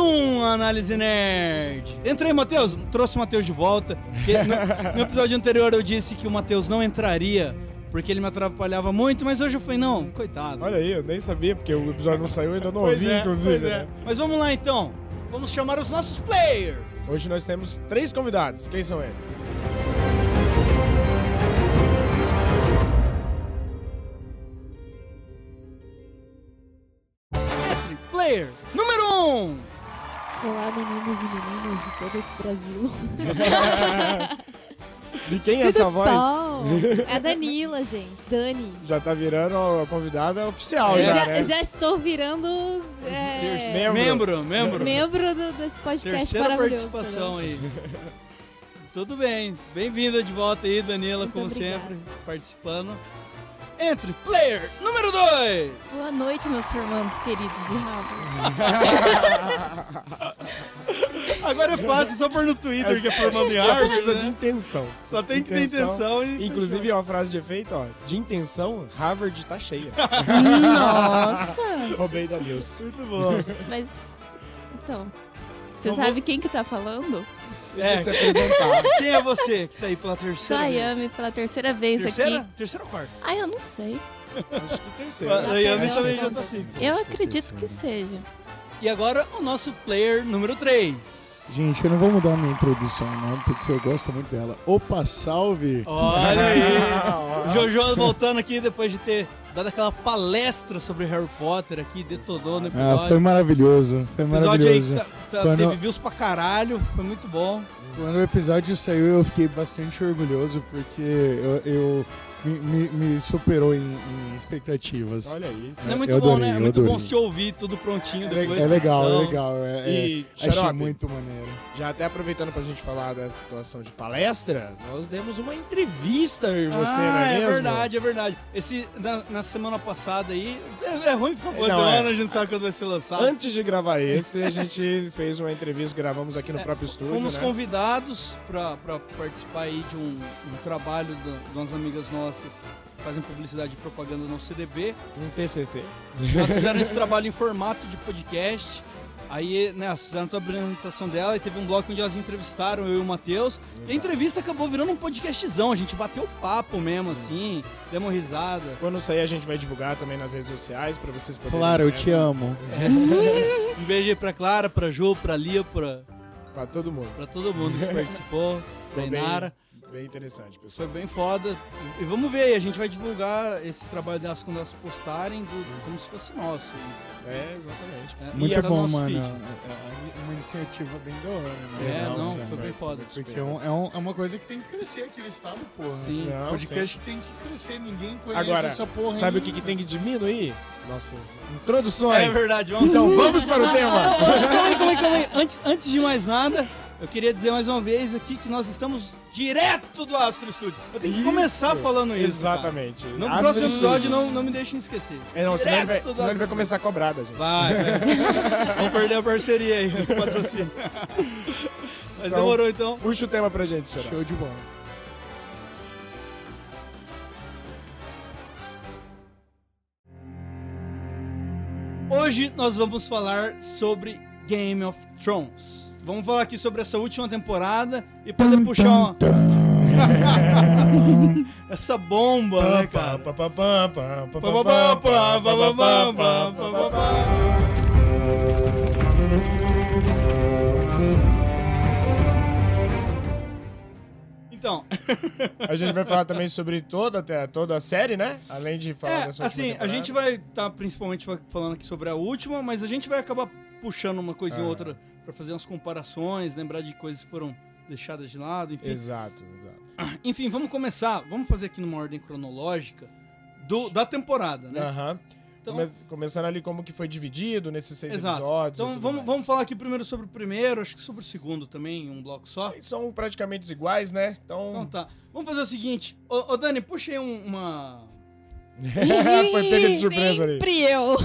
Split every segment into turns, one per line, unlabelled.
um Análise Nerd. Entrei, Matheus. Trouxe o Matheus de volta. porque No, no episódio anterior eu disse que o Matheus não entraria porque ele me atrapalhava muito, mas hoje eu falei, não, coitado.
Olha aí, eu nem sabia, porque o episódio não saiu, eu ainda não
Pois
ouvi,
é,
inclusive.
pois é.
né?
Mas vamos lá então. Vamos chamar os nossos players.
Hoje nós temos três convidados. Quem são eles?
Entre player número 1. Um.
Olá, meninos e meninas de todo esse Brasil.
De quem é essa voz?
Bom, é a Danila, gente. Dani.
Já tá virando a convidada oficial,
Eu
já,
já,
né?
eu já estou virando é,
Terceiro.
Membro,
Membro.
membro.
membro do- desse podcast
Terceira
maravilhoso. né?
participação aí. Tudo bem. Bem-vinda de volta aí, Danila,
Muito
como
obrigada.
sempre, participando. Entre player número 2.
Boa noite, meus formandos queridos de rabo.
Agora é fácil, só pôr no Twitter que é formando em
Só
Harvard,
precisa
né?
de intenção.
Só tem que ter intenção e...
Inclusive, é uma frase de efeito, ó. De intenção, Harvard tá cheia.
Nossa!
Roubei da News.
Muito bom.
Mas. Então. Você
Então
sabe quem que tá falando?
É.
Tem que se apresentar.
Quem é você que tá aí pela terceira vez?
Sayami, pela terceira vez
Terceira?
aqui.
Terceira ou quarta?
Ah,
Ai, eu não sei.
Acho que terceiro. né?
A Yami
Terceira.
também já tá fixa.
Eu
Acho que é
acredito que seja.
E agora o nosso player número 3.
Gente, eu não vou mudar minha introdução, não, porque eu gosto muito dela. Opa,
Oh,
salve!
Olha aí.
Ah, ó.
Jojo voltando aqui depois de ter dado aquela palestra sobre Harry Potter aqui, detonou no episódio.
Ah, foi maravilhoso, foi
episódio aí que
maravilhoso.
tá- tá-
Quando-
teve views pra caralho, foi muito bom.
Quando o episódio saiu, eu fiquei bastante orgulhoso, porque eu, eu- me, me- me superou em, em expectativas.
Olha aí.
Não é
Eu
muito bom,
adorei,
né? É
eu
muito bom
adorei.
se ouvir tudo prontinho
É,
depois.
é
da
legal, é
edição.
legal. É, é-
E,
achei
Xarope?
muito maneiro.
Já até aproveitando pra gente falar da situação de palestra, nós demos uma entrevista eu e você,
ah,
não é,
é
mesmo?
verdade, é verdade. Esse, na, na semana passada aí, é, é ruim ficar
Não,
fazendo,
é.
a gente não sabe quando vai ser lançado.
Antes de gravar esse, a gente fez uma entrevista, gravamos aqui no próprio estúdio,
Fomos
né?
convidados pra pra participar aí de um, um trabalho da- de umas amigas nossas que fazem publicidade e propaganda no CDB.
Um TCC.
Elas fizeram esse trabalho em formato de podcast. Aí, né, elas fizeram toda a apresentação dela e teve um bloco onde elas entrevistaram eu e o Matheus. E a entrevista acabou virando um podcastzão, a gente bateu papo mesmo, assim, demos risada.
Quando sair, a gente vai divulgar também nas redes sociais pra vocês poderem...
Claro, eu
é,
né,
te amo.
Um beijo aí pra Clara, pra Ju, pra Lia, pra,
Pra todo mundo.
pra todo mundo que participou, pra
Ficou bem,
Inara.
bem interessante, pessoal.
Foi bem foda. E vamos ver aí, a gente vai divulgar esse trabalho delas quando elas postarem, do- como se fosse nosso.
É, exatamente.
né?
Muito
E tá no
bom,
nosso
mano.
feed.
É uma iniciativa bem da hora, né?
É,
Legal,
não,
sim,
foi bem foda.
Porque é, um- é um- é uma coisa que tem que crescer aqui no estado, porra.
Sim. É
Não,
O podcast tem que crescer, ninguém conhece
Agora,
essa porra
sabe o
ainda.
que, que tem que diminuir? Nossas introduções.
É verdade, vamos.
Então vamos para o tema.
calma aí, calma aí, calma aí. Antes, antes de mais nada, eu queria dizer mais uma vez aqui que nós estamos direto do Astro Studio. Eu tenho que começar falando isso.
Exatamente.
cara. No
Astro
próximo
Studio.
episódio, não, não me deixem esquecer.
É, não, senão ele, vai,
Direto do
senão ele vai
Astro
começar a cobrar da gente.
Vai, vai. Vamos perder a parceria aí, o patrocínio. Mas
Então-
demorou então.
Puxa o tema pra gente, Xará.
Show de bola.
Hoje nós vamos falar sobre Game of Thrones. Vamos falar aqui sobre essa última temporada e poder puxar uma... essa bomba, né, cara? Pá, pá, pá, pá, pá, pá, pá, pá, pá. Então,
A gente vai falar também sobre toda, até- toda a série, né? Além de falar
é,
dessa última
assim, a
temporada.
gente vai estar principalmente fa- falando aqui sobre a última, mas a gente vai acabar puxando uma coisa
É.
e outra pra fazer umas comparações, lembrar de coisas que foram deixadas de lado, enfim.
Exato, exato.
Enfim, vamos começar, vamos fazer aqui numa ordem cronológica do, da temporada, né?
Aham.
Então-
Come- Começando ali como que foi dividido nesses seis
Exato.
É, episódios. e
então
tudo
vamos,
mais.
vamos falar aqui primeiro sobre o primeiro, acho que sobre o segundo também, em um bloco só.
São praticamente iguais, né?
Então
Então.
tá. Vamos fazer o seguinte. Ô, ô, Dani, puxa aí um- uma, Então,
foi pega de surpresa ali.
Sempre eu.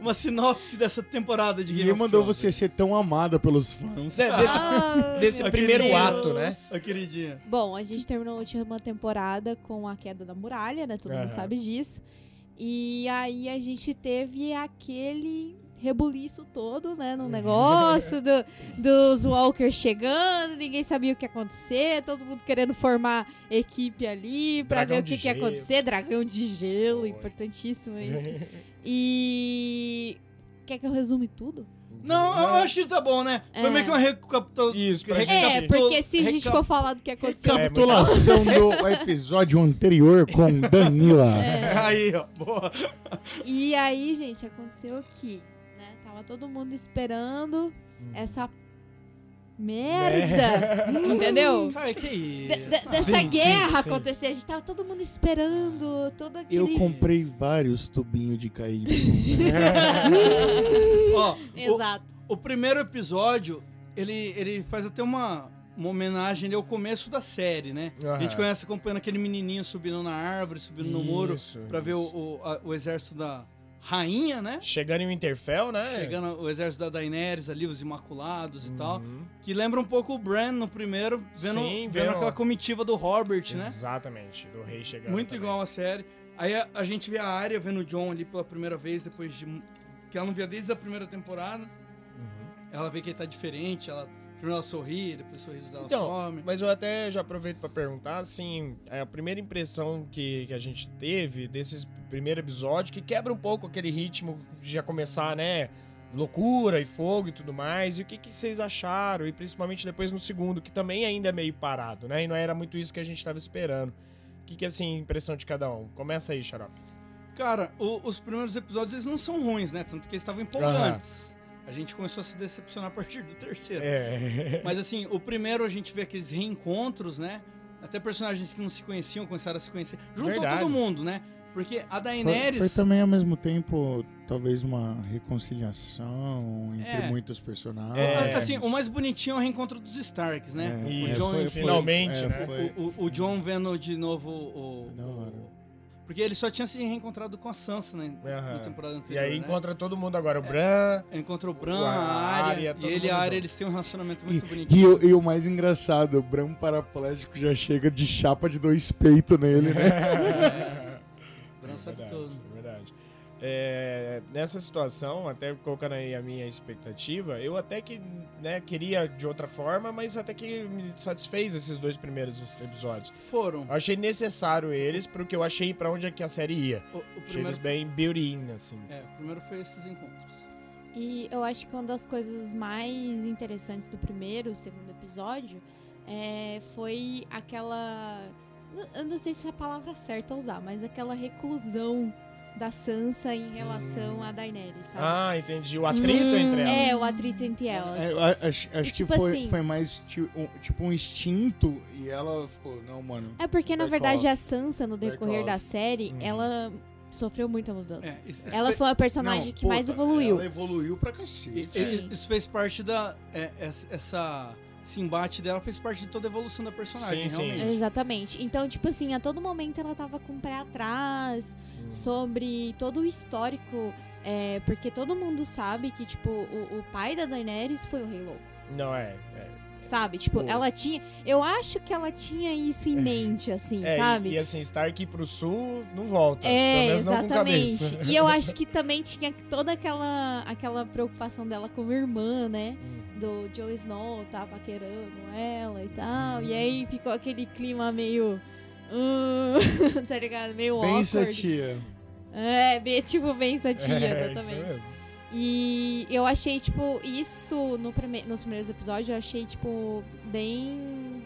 uma sinopse dessa temporada de Game
Ninguém
of
mandou
Thrones.
você ser tão amada pelos fãs.
Né, desse
Ah,
desse
Ai,
primeiro
meu
ato, né?
Ô, queridinha.
Bom, a gente terminou a última temporada com a queda da muralha, né? Todo
Aham.
mundo sabe disso. E aí a gente teve aquele rebuliço todo, né,
Uhum.
no negócio, do- dos walkers chegando, ninguém sabia o que ia acontecer, todo mundo querendo formar equipe ali pra
Dragão
ver o que,
de
que ia
gelo.
acontecer, dragão de gelo,
Foi.
importantíssimo isso. E quer que eu resume tudo?
Não, eu acho que tá bom, né? Foi
É.
meio que uma recapitulação.
Isso, pra gente-
É,
Recapitu-
porque se a gente for falar do que
Tá
aconteceu,
Recap-
É, Capitulação do episódio anterior com Danila.
É,
Aí, ó. Boa.
E aí, gente, aconteceu que, né? Tava todo mundo esperando
Hum.
essa merda, entendeu?
Cara, que isso?
De- de- dessa
Hum. sim,
guerra
sim.
acontecer. A gente tava todo mundo esperando, todo aquele...
Eu comprei vários tubinhos de KY.
Ó, o-
Exato.
O primeiro episódio, ele, ele faz até uma, uma homenagem ali ao começo da série, né? A gente
Aham.
começa acompanhando aquele menininho subindo na árvore, subindo no muro,
Isso,
pra ver o,
isso.
o, a- o exército da rainha, né?
Chegando em Winterfell, né?
Chegando o exército da Daenerys ali, os Imaculados e tal. Que lembra um pouco o Bran no primeiro, vendo,
Uhum. Sim,
vendo
vendo-
aquela comitiva do Robert, né?
Exatamente, do rei chegando.
Muito
também.
igual a série. Aí a, a gente vê a Arya vendo o John ali pela primeira vez, depois de. mu- que ela não via desde a primeira temporada.
Uhum.
Ela vê que ele tá diferente, ela. Primeiro ela sorri, depois o sorriso dela
Então,
some.
mas eu até já aproveito pra perguntar, assim, a primeira impressão que, que a gente teve desse primeiro episódio, que quebra um pouco aquele ritmo de já começar, né, loucura e fogo e tudo mais, e o que, que vocês acharam, e principalmente depois no segundo, que também ainda é meio parado, né, e não era muito isso que a gente tava esperando. O que, que assim, impressão de cada um? Começa aí, Xarope.
Cara, o- os primeiros episódios eles não são ruins, né? Tanto que eles estavam empolgantes. A gente começou a se decepcionar a partir do terceiro.
É.
Mas assim, o primeiro a gente vê aqueles reencontros, né? Até personagens que não se conheciam começaram a se conhecer. Juntou
Verdade.
todo mundo, né? Porque a
Foi,
Daenerys.
foi também ao mesmo tempo, talvez, uma reconciliação entre
É.
muitos personagens.
É.
Assim, o mais bonitinho é o reencontro dos Starks, né?
É,
O
Isso,
John
foi-
e o Phil.
finalmente, né?
foi-
O, o- o John vendo de novo o.
Da
o-
hora.
porque ele só tinha se reencontrado com a Sansa né, na
Aham.
temporada
E
anterior.
aí
né?
encontra todo mundo agora, o Bran...
Encontra o Bran,
o- a
a
Arya,
Arya,
todo
e ele e a
mundo
Arya,
junto.
eles têm um relacionamento muito
E,
bonito.
e o- e o mais engraçado, o Bram paraplégico já chega de chapa de dois peitos nele, né?
É. O Bran sabe
verdade,
tudo.
verdade. É, nessa situação, até colocando aí a minha expectativa, eu até que né, queria de outra forma, mas até que me satisfez esses dois primeiros episódios.
Foram.
Eu achei necessário eles, porque eu achei pra onde é que a série ia.
O, o
Achei eles
primeiro,
bem built-in, assim.
é, o primeiro foi esses encontros.
E eu acho que uma das coisas mais interessantes do primeiro, segundo episódio, é, foi aquela. Eu não sei se é a palavra certa a usar, mas aquela reclusão da Sansa em relação à Daenerys, sabe?
Hum. Ah, entendi. O atrito entre elas.
É, o atrito entre elas.
É, eu a- acho acho
E tipo
que foi,
assim-
foi mais ti- um- tipo um instinto e ela ficou, não, mano.
É porque, na
Back
verdade, a
off.
Sansa, no
Back
decorrer
off.
da série, ela sofreu muita mudança.
É, isso, isso
Ela
fe-
foi a personagem
Não,
que
puta,
mais evoluiu.
Ela evoluiu pra
e-
cacete.
e-
Sim.
isso fez parte da. é, essa, essa- esse embate dela fez parte de toda a evolução da personagem,
Sim, sim.
realmente.
Exatamente. Então, tipo assim, a todo momento ela tava com o pé atrás sobre todo o histórico. é, porque todo mundo sabe que, tipo, o, o pai da Daenerys foi o Rei Louco.
Não, é. é.
Sabe? Tipo,
Pô.
ela tinha. Eu acho que ela tinha isso em mente, assim,
É, e-
sabe?
E, assim, Stark pro sul não volta.
É,
pelo menos não com
exatamente.
cabeça.
E eu acho que também tinha toda aquela, aquela preocupação dela com a irmã, né?
Hum.
Do Joe Snow tá paquerando ela e tal. E aí ficou aquele clima meio. hum, tá ligado? Meio
Pensa,
awkward.
tia.
É, bem- tipo, bem sadia,
É, isso
exatamente.
mesmo.
E eu achei, tipo, isso no prime- nos primeiros episódios, eu achei, tipo, bem.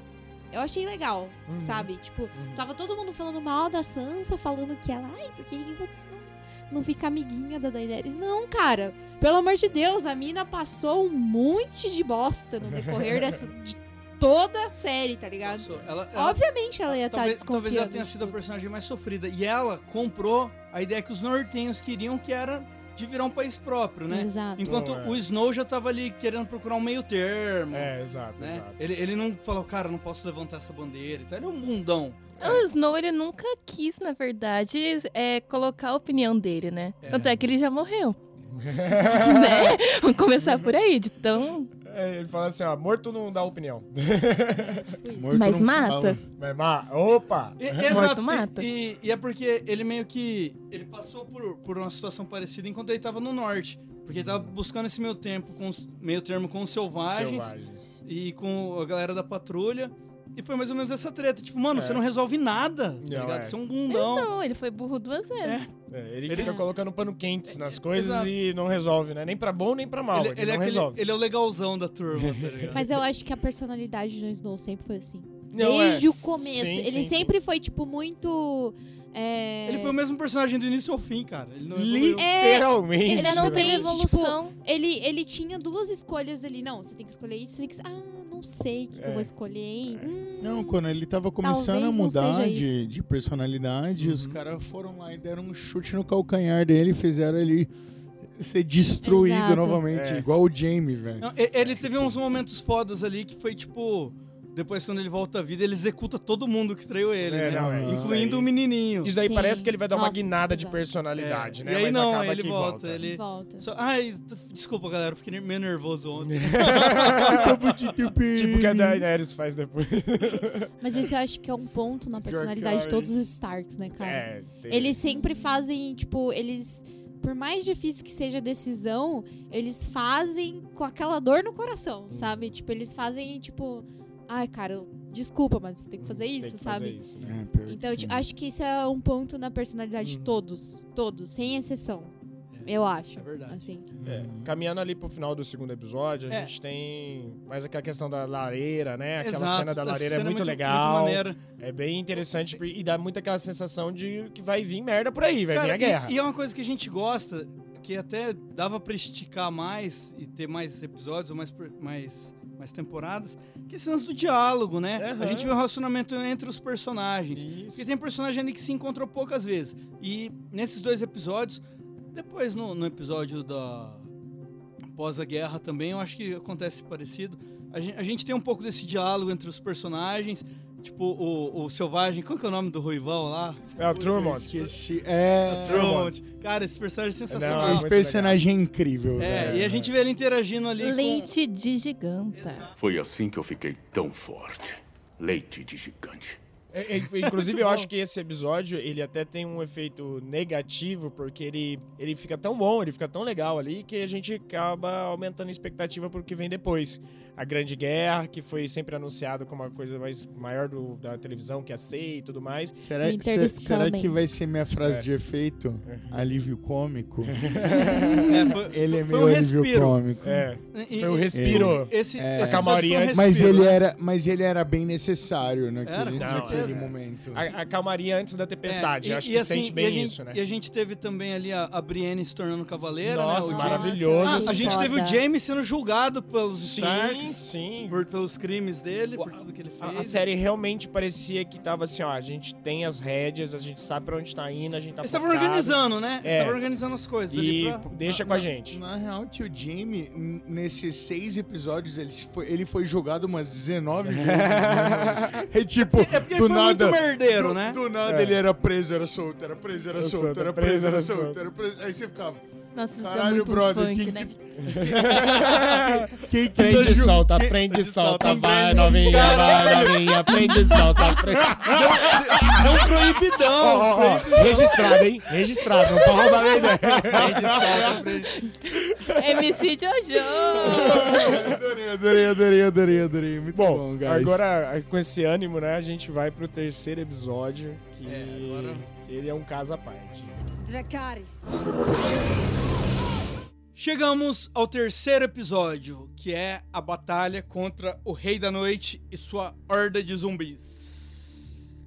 Eu achei legal,
Uhum.
sabe? Tipo, tava todo mundo falando mal da Sansa, falando que ela, ai, por que você não, não fica amiguinha da Daenerys? Não, cara, pelo amor de Deus, a mina passou um monte de bosta no decorrer dessa. de toda a série, tá ligado?
Passou. Ela- ela-
Obviamente ela ia estar
Ah, talvez,
desconfiando.
talvez ela tenha
de
sido a
tudo.
personagem mais sofrida. E ela comprou a ideia que os nortenhos queriam, que era de virar um país próprio, né?
Exato.
Enquanto
Não, é.
o Snow já tava ali querendo procurar um meio termo.
É, exato,
Né?
exato.
Ele, ele não falou, cara, não posso levantar essa bandeira e tal. Ele é um bundão.
É.
O Snow, ele nunca quis, na verdade, é, colocar a opinião dele, né? Tanto é que ele já morreu. né? Vamos começar por aí, de tão...
É, ele fala assim, ó, morto não dá opinião.
Morto
Mas
não
mata.
fala.
Mas, ma- opa!
E, exato.
mata.
E, e- e é porque ele meio que. Ele passou por, por uma situação parecida enquanto ele tava no norte. Porque ele tava buscando esse meio, tempo com os- meio termo com os selvagens,
Selvagens.
e com a galera da patrulha. E foi mais ou menos essa treta. Tipo, mano,
É.
você não resolve nada, tá ligado?
é.
Você é um bundão.
Não, ele foi burro duas vezes.
É, ele,
Ele- É,
fica colocando pano quente nas coisas
Exato.
e não resolve, né? Nem pra bom, nem pra mal. Ele,
é
não
aquele-
resolve.
ele é o legalzão da turma, tá ligado?
Mas eu acho que a personalidade do Jon Snow sempre foi assim.
Não, é.
Desde o começo.
Sim,
ele
sim, sim.
sempre foi, tipo, muito. é,
Ele foi o mesmo personagem do início ao fim, cara. Ele não evoluiu.
Literalmente.
Ele é não
né?
tem
tipo,
evolução.
evolução.
ele, ele tinha duas escolhas ali. Não, você tem que escolher isso, você tem que. Ah, não sei o que, que
É.
eu vou escolher, hein? Hum,
Não, quando ele tava começando
Talvez
a
não
mudar
seja
de, de personalidade, os caras foram lá e deram um chute no calcanhar dele e fizeram ele ser destruído
Exato.
novamente,
É.
igual o Jamie, velho.
Não, e- ele teve uns momentos fodas ali que foi tipo. Depois, quando ele volta à vida, ele executa todo mundo que traiu ele,
É,
né?
não, é, isso
incluindo
aí-
o menininho.
Isso daí
Sim.
parece que ele vai dar uma
Nossa,
guinada
isso
de
é
personalidade,
É.
né?
E aí
Mas
não,
acaba
ele
que
volta,
volta.
ele-
Volta.
Só- ai, t- desculpa, galera, eu fiquei meio nervoso ontem.
Tipo o que
é
a Daenerys faz depois.
Mas isso eu acho que é um ponto na personalidade de todos os Starks, né, cara?
É, tem-
Eles sempre fazem, tipo, eles. Por mais difícil que seja a decisão, eles fazem com aquela dor no coração, sabe? Tipo, eles fazem, tipo. Ai, cara, eu- desculpa, mas tem que fazer
tem que
isso,
fazer
sabe?
isso, né?
É, pior que
Então,
sim.
tipo, acho que isso é um ponto na personalidade de todos. Todos, sem exceção. Eu acho.
é verdade.
Assim.
É, Caminhando ali pro final do segundo episódio, a
É.
gente tem mais aquela questão da lareira, né? Aquela
Exato,
cena da
essa
lareira é muito,
Muito
legal.
maneira.
é bem interessante e dá muito aquela sensação de que vai vir merda por aí, vai vir
Cara,
a
e-
guerra.
E, é uma coisa que a gente gosta, que até dava pra esticar mais e ter mais episódios ou mais, per- mais, mais temporadas, que é esse lance do diálogo, né?
Aham.
A gente vê o relacionamento entre os personagens.
Isso.
Porque tem personagem ali que se encontrou poucas vezes. E nesses dois episódios, depois no, no episódio da pós a guerra também, eu acho que acontece parecido. A gen- a gente, tem um pouco desse diálogo entre os personagens, tipo o, o Selvagem, qual que é o nome do Ruivão lá?
É o Drummond.
Esqueci. É,
Drummond.
Cara, esse personagem é sensacional.
Não, é
esse
muito
personagem é incrível,
É,
velho.
e a gente vê ele interagindo ali
Leite de giganta.
Foi assim que eu fiquei tão forte. Leite de gigante.
É, é, Inclusive, eu acho que esse episódio ele até tem um efeito negativo, porque ele, ele fica tão bom, ele fica tão legal ali, que a gente acaba aumentando a expectativa pro que vem depois. A Grande Guerra, que foi sempre anunciado como uma coisa mais maior do- da televisão, que é C e tudo mais.
Será,
Winter
se-
is
será que
coming.
vai ser minha frase de efeito? Alívio cômico?
com... É, foi,
Ele é
foi
meu
um
alívio
respiro.
cômico.
É,
E-
foi o
e-
respiro.
Esse,
É.
esse
A
episódio
calmaria antes-
foi um
Mas
respiro.
ele era, mas ele era bem necessário
Era,
naquele,
com
naquele
certeza.
momento.
A, a calmaria antes da
É,
tempestade.
e-
acho
e
que
assim,
sente
e
bem
a gente-
isso, né?
E a gente teve também ali a, a Brienne se tornando cavaleira,
Nossa,
né? O Jaime-
maravilhoso.
Ah, a gente
Foda.
teve o Jaime sendo julgado pelos
Sim,
Starks,
sim.
por- pelos crimes dele, por
O-
tudo que ele
A-
fez.
A, série realmente parecia que tava assim, ó, a gente tem as rédeas, a gente sabe pra onde tá indo, a gente tá
Eles estavam
focado.
organizando, né? Eles
É.
estavam organizando as coisas
E
ali pra...
deixa com a gente.
Na real, que o Jamie, n- nesses seis episódios, ele foi, ele foi jogado umas 19 vezes. né? É tipo,
É porque ele foi
do
muito
nada.
merdeiro,
do,
né?
Do nada ele era preso, era solto, era preso, era solto, era preso, era solto, era preso. Aí você ficava.
Nossa, isso dá
Caralho,
muito um
brother,
funk,
que-
né?
Quem que
Prende e
ju-
solta,
quem-
prende e solta,
solta,
vai novinha, vai novinha, prende e solta, prende.
É um proibidão!
Ó, ó, ó, registrado, hein? Registrado, não pode roubar minha ideia.
MC Jojo!
Adorei, adorei, adorei, adorei, adorei. Muito bom, guys.
Agora, com esse ânimo, né, a gente vai pro terceiro episódio, que, que ele é um caso à parte.
Dracarys.
Chegamos ao terceiro episódio, que é a batalha contra o Rei da Noite e sua horda de zumbis.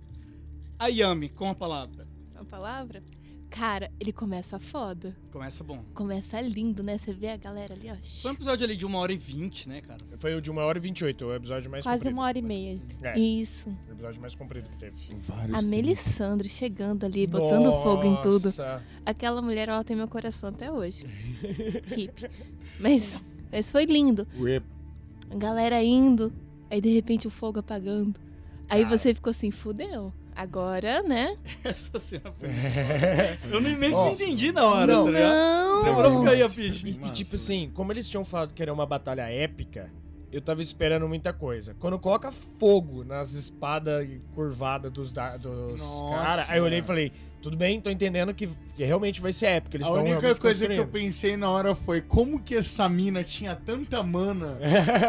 A Yami, com a palavra.
Uma palavra? Cara, ele começa foda.
Começa bom.
Começa lindo, né? Você vê a galera ali, ó. shh.
Foi um episódio ali de uma hora e vinte, né, cara?
Foi o de 1 hora e 28, o episódio mais
Quase
comprido.
uma hora e meia.
É,
Isso.
o episódio mais comprido que teve.
A Melissandre chegando ali, botando fogo em tudo. Aquela mulher, ela tem meu coração até hoje. Hip. Mas, mas foi lindo.
Rip.
A galera indo, aí de repente o fogo apagando. Aí você ficou assim, fudeu. Agora, né?
Essa cena foi. Eu nem meio que não entendi na hora,
Não.
tá ligado?
Não!
Demorou pra cair a ficha.
né?
E, e, tipo assim, como eles tinham falado que era uma batalha épica, eu tava esperando muita coisa. Quando coloca fogo nas espadas curvadas dos, da- dos
Nossa. é.
caras, aí eu olhei e falei, tudo bem, tô entendendo que, que realmente vai ser épico. Eles
A
estão
única
realmente
coisa que eu
construindo.
pensei na hora foi como que essa mina tinha tanta mana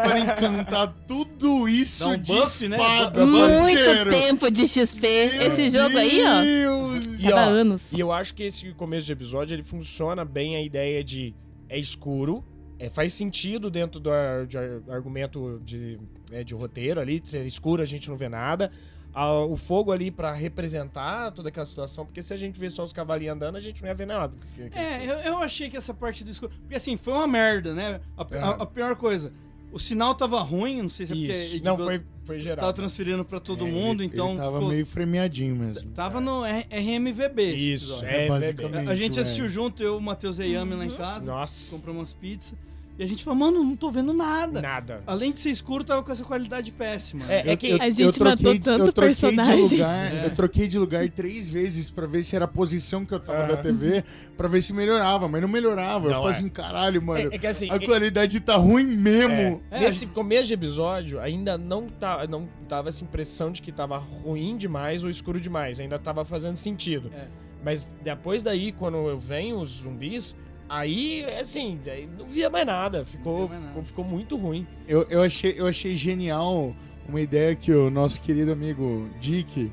pra encantar tudo isso
Dá um
de
buff, né?
espada,
Muito
parceiro.
tempo de XP. Esse jogo aí, ó.
Deus.
E, ó,
Cada anos.
E eu acho que esse começo de episódio ele funciona bem a ideia de é escuro, é, faz sentido dentro do ar- de ar- argumento de, é, de roteiro ali, se é escuro a gente não vê nada. Ah, o fogo ali pra representar toda aquela situação, porque se a gente vê só os cavalinhos andando, a gente não ia ver nada. Porque- que-
É, eu, eu achei que essa parte do escuro. Porque assim, foi uma merda, né? A, a- a pior coisa. O sinal tava ruim, não sei se é porque. tá
Isso.
a
Não,
HBO
foi, foi geral.
Tava transferindo pra todo
É,
mundo,
ele-
então.
ele tava
ficou-
meio fremeadinho mesmo.
Tava no R- RMVB. esse
Isso,
episódio.
é,
É,
basicamente.
basicamente.
A gente
é.
assistiu junto, eu, o Matheus e a Yami lá em casa.
Nossa.
Comprou umas pizzas. E a gente falou, mano, não tô vendo nada.
Nada.
Além de ser escuro, tava com essa qualidade péssima.
É, é que
A gente matou tanto
eu troquei
personagem.
De lugar,
É.
Eu troquei de lugar três vezes pra ver se era a posição que eu tava da TV, pra ver se melhorava, mas não melhorava.
Não,
eu fazia
é.
um caralho, mano.
É- é que assim,
a
é-
qualidade tá ruim mesmo.
É.
Nesse começo de episódio, ainda não, tá, não tava essa impressão de que tava ruim demais ou escuro demais. Ainda tava fazendo sentido.
É.
Mas depois daí, quando eu venho os zumbis, aí, assim, aí não via mais nada.
via
Ficou,
mais nada.
ficou, ficou muito ruim.
Eu, eu, achei, eu achei genial uma ideia que o nosso querido amigo Dick,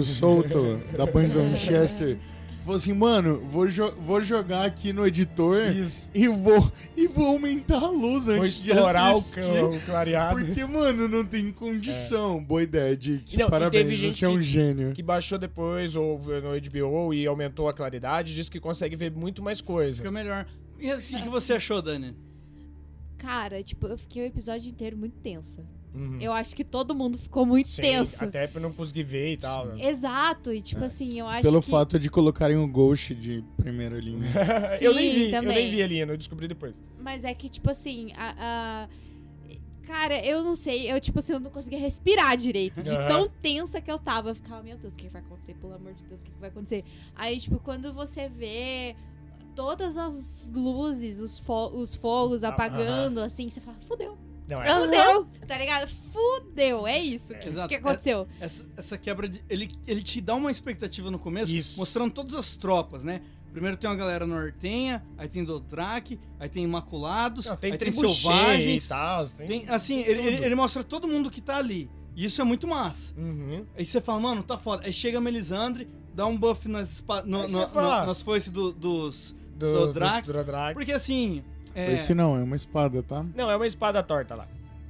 Souto, da Band Manchester, falou assim, mano, vou, jo- vou jogar aqui no editor
Isso.
e vou, e vou aumentar a luz
Foi
antes de
estourar o,
assistir.
cão, É. o clareado.
Porque, mano, não tem condição. Boa ideia, Dick.
Não, e
Parabéns,
teve gente
você é um
que-
gênio.
Que baixou depois ou no HBO e aumentou a claridade. Diz que consegue ver muito mais coisa.
Fica é melhor. E assim, o que você achou, Dani?
Cara, tipo, eu fiquei o episódio inteiro muito tensa.
Uhum.
Eu acho que todo mundo ficou muito
Sim,
tenso.
Até pra não conseguir ver e tal. né?
Exato, e tipo assim, eu acho
Pelo
que...
fato de colocarem o Ghost de primeira linha.
eu nem vi, eu nem
também.
vi ali, eu descobri depois.
Mas é que, tipo assim, a. a- Cara, eu não sei, eu, tipo assim, eu não conseguia respirar direito. De
Aham.
tão tensa que eu tava. Eu ficava, meu Deus, o que vai acontecer? Pelo amor de Deus, o que vai acontecer? Aí, tipo, quando você vê todas as luzes, os, fo- os fogos
Ah,
apagando, assim, você fala, fudeu,
Não, é.
Aham.
fudeu, tá ligado? Fudeu, é isso que,
Exato. É.
que aconteceu.
Essa, essa quebra de. Ele, ele te dá uma expectativa no começo,
Isso.
mostrando todas as tropas, né? Primeiro tem uma galera nortenha, aí tem Dothraki, aí tem Imaculados,
Não, tem
aí tem
tribuchê
Selvagens.
e tal. Tem...
Tem, assim, ele, ele- ele mostra todo mundo que tá ali. E isso é muito massa.
Uhum.
Aí você fala, mano, tá foda. Aí chega a Melisandre, dá um buff nas, espa- no,
Aí
no-
você
no-
fala-
nas foices do- dos
Do, do
Dothraki.
Dodrak.
Porque assim. É...
Esse não, é uma espada, tá?
Não, é uma espada torta lá.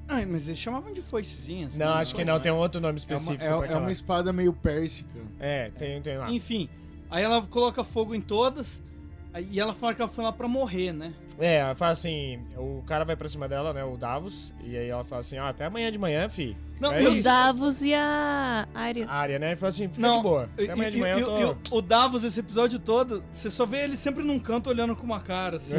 Ai, mas eles chamavam de assim, foicezinhas.
Não, acho que não, tem um outro nome
É uma,
específico
é-
pra
é
aquela.
uma espada meio pérsica.
É, tem, tem lá.
Enfim, aí ela coloca fogo em todas. aí- E ela fala que ela foi lá pra morrer, né?
É, ela fala assim, o cara vai pra cima dela, né, o Davos, e aí ela fala assim, ó, até amanhã de manhã, fi.
Não,
é
eu-
O
isso.
Davos e a Arya.
A área, né, ele fala assim, fica de boa, até
eu-
amanhã de
eu-
manhã eu,
eu-
tô...
eu- o Davos, esse episódio todo, você só vê ele sempre num canto olhando com uma cara, assim,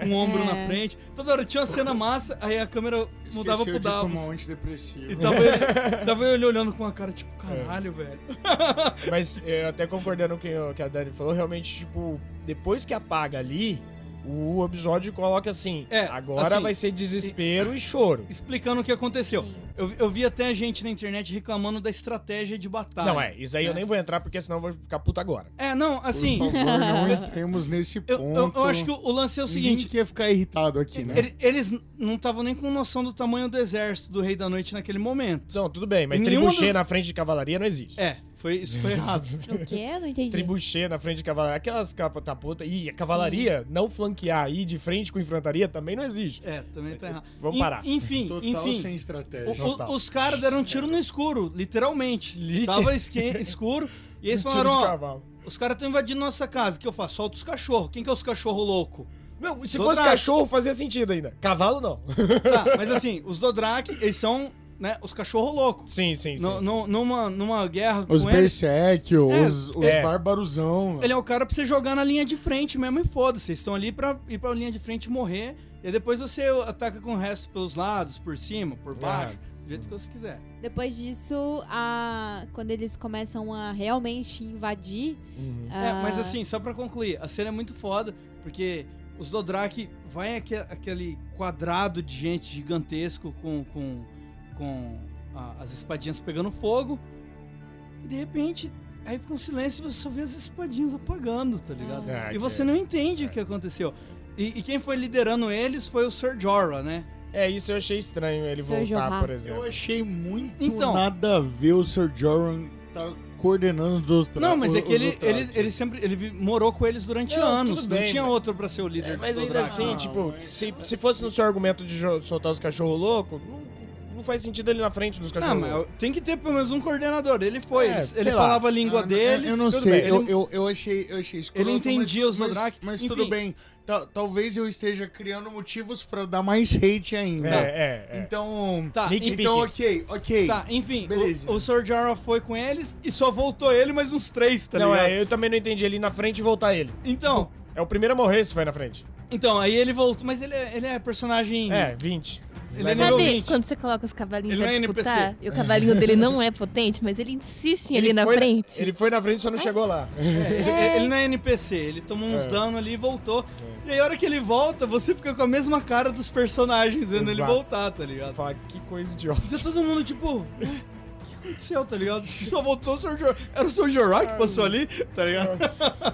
com um ombro na frente. Toda hora tinha uma cena massa, aí a câmera mudava
Esqueceu
pro
de tomar um
Davos.
antidepressivo.
E tava ele, tava ele olhando com uma cara tipo,
É.
caralho, velho.
Mas eh, eu até concordando com o que a Dani falou, realmente, tipo, depois que apaga ali, o episódio coloca assim,
É,
agora
assim,
vai ser desespero e choro.
Explicando o que aconteceu.
Sim.
Eu, eu vi até gente na internet reclamando da estratégia de batalha.
Não, é, isso aí eu nem vou entrar, porque senão eu vou ficar puto agora.
É, não, assim,
Por favor, não entremos nesse
eu,
ponto.
eu, eu acho que o- o lance é o seguinte.
Ninguém quer ficar irritado aqui, né?
ele- Eles n- não estavam nem com noção do tamanho do exército do Rei da Noite naquele momento.
Não, tudo bem, mas
Nenhuma
tribuchê
das-
na frente de cavalaria não existe.
É, foi, isso foi errado.
O quê? Não entendi.
Tribuchê na frente de cavalaria, aquelas cataputas. E a cavalaria não flanquear e ir de frente com infantaria também não existe.
É, também tá errado.
Vamos
En-
parar.
Enfim,
Total
enfim.
sem
o-
estratégia.
o-
Total.
os caras deram um tiro no escuro, literalmente. Tava esque- escuro. E eles
Um tiro
falaram,
de
ó,
cavalo.
os caras estão invadindo nossa casa. O que eu faço? Solta os cachorros. Quem que é os cachorros loucos?
Não, se
Do
fosse
nada.
cachorro fazia sentido ainda. Cavalo não.
Tá, mas assim, os Dodrak, eles são, né, os cachorros loucos.
sim, sim, sim.
No- no- numa, numa guerra
Os
com eles,
Berserk, os, os
É.
Barbaruzão.
Ele é o cara pra você jogar na linha de frente mesmo e foda-se. Vocês estão ali pra ir pra linha de frente e morrer. E aí depois você ataca com o resto pelos lados, por cima,
É.
por baixo. Do jeito que você quiser.
Depois disso, a... quando eles começam a realmente invadir.
É, mas
a-
assim, só pra concluir, a cena é muito foda, porque Os Dodrak vai aque- aquele quadrado de gente gigantesco com, com, com a- as espadinhas pegando fogo. E de repente, aí fica um silêncio e você só vê as espadinhas apagando, tá ligado?
Ah,
e
que-
você não entende o que aconteceu. E, e quem foi liderando eles foi o Sir Jorah, né?
É, isso eu achei estranho ele
Seu
voltar,
Jorrá.
por
Eu
exemplo.
achei muito
é um Então-
nada a ver o Sir Joran tá coordenando os dois tra-
Não, mas é
os-
que ele,
os Dothraki.
ele, ele sempre ele vi- morou com eles durante
Não,
anos.
tudo
não
bem,
tinha
mas-
outro pra ser o líder
É,
dos
mas ainda
Dothraki.
assim,
Não,
tipo,
mas-
se, se fosse no seu argumento de jo- soltar os cachorro louco, não, não faz sentido ele na frente dos
Não,
cachorro
mas
louco.
tem que ter pelo menos um coordenador. Ele foi,
É,
ele-
sei
ele
lá.
falava a língua
Ah, não,
deles.
Eu, eu não
tudo
sei,
bem.
eu,
Ele-
eu, eu achei, eu achei escroto,
Ele entendia
mas,
os
mas-
Dothraki,
Mas,
enfim.
tudo bem, Ta- talvez eu esteja criando motivos pra dar mais hate ainda.
É, é, é.
Então,
Tá,
Nick
então
Pick.
ok, ok.
Tá, enfim,
Beleza.
o, o Sir Jorah foi com eles e só voltou ele mais uns três, tá
não,
ligado?
é, eu também não entendi ele ir na frente e voltar ele.
Então,
É o primeiro a morrer se vai na frente.
então, aí ele voltou, mas ele, é- ele é personagem...
É, 20.
Ele é
Leva-
nível
Sabe
20.
quando você coloca os cavalinhos
Ele
pra
não é
disputar?
NPC.
E o cavalinho dele não é potente, mas ele insiste em ele ir na
foi
frente.
Ele foi na frente só não chegou lá.
Ele, ele não é NPC, ele tomou
É.
uns danos ali e voltou. E aí a hora que ele volta, você fica com a mesma cara dos personagens vendo ele
Exato.
voltar, tá
Você
ligado?
fala, que coisa idiota.
Fica todo mundo tipo... "Ué, O que aconteceu, tá ligado? Só voltou o Sir Jorah. Era o Sir Jorah
É,
que passou ali, tá ligado?
Né.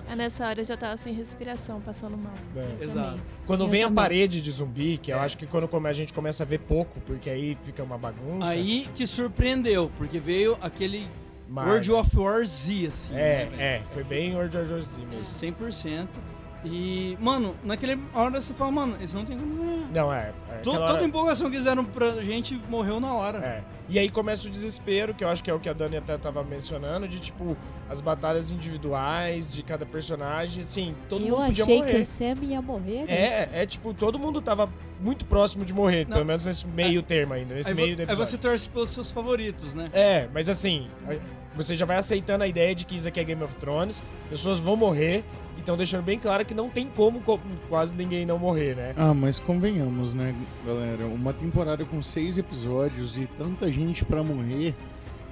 Ah, nessa hora eu já tava sem respiração, passando mal.
É.
Exato.
Quando vem a parede de zumbi, que eu acho que quando come- a gente começa a ver pouco, porque aí fica uma bagunça.
Aí que surpreendeu, porque veio aquele
Mas-
World of War Z, assim. né, velho?
É, é, foi bem World of War Z mesmo.
100%. E, mano, naquela hora você fala, mano, eles não tem como ganhar.
Não, é. é
To-
aquela
Toda
hora-
empolgação que fizeram pra gente morreu na hora.
É. E aí começa o desespero, que eu acho que é o que a Dani até tava mencionando, de tipo, as batalhas individuais de cada personagem, assim, todo
Eu
mundo podia
achei que
morrer.
o Sam ia morrer. né?
É, é tipo, todo mundo tava muito próximo de morrer,
Não. É.
pelo menos nesse meio termo ainda, nesse
Aí, vo-
meio do
aí
episódio.
você torce pelos seus favoritos, né?
É, mas assim, a- você já vai aceitando a ideia de que isso aqui é Game of Thrones, pessoas vão morrer, então deixando bem claro que não tem como co- quase ninguém não morrer, né?
Ah, mas convenhamos, né, galera? Uma temporada com seis episódios e tanta gente pra morrer,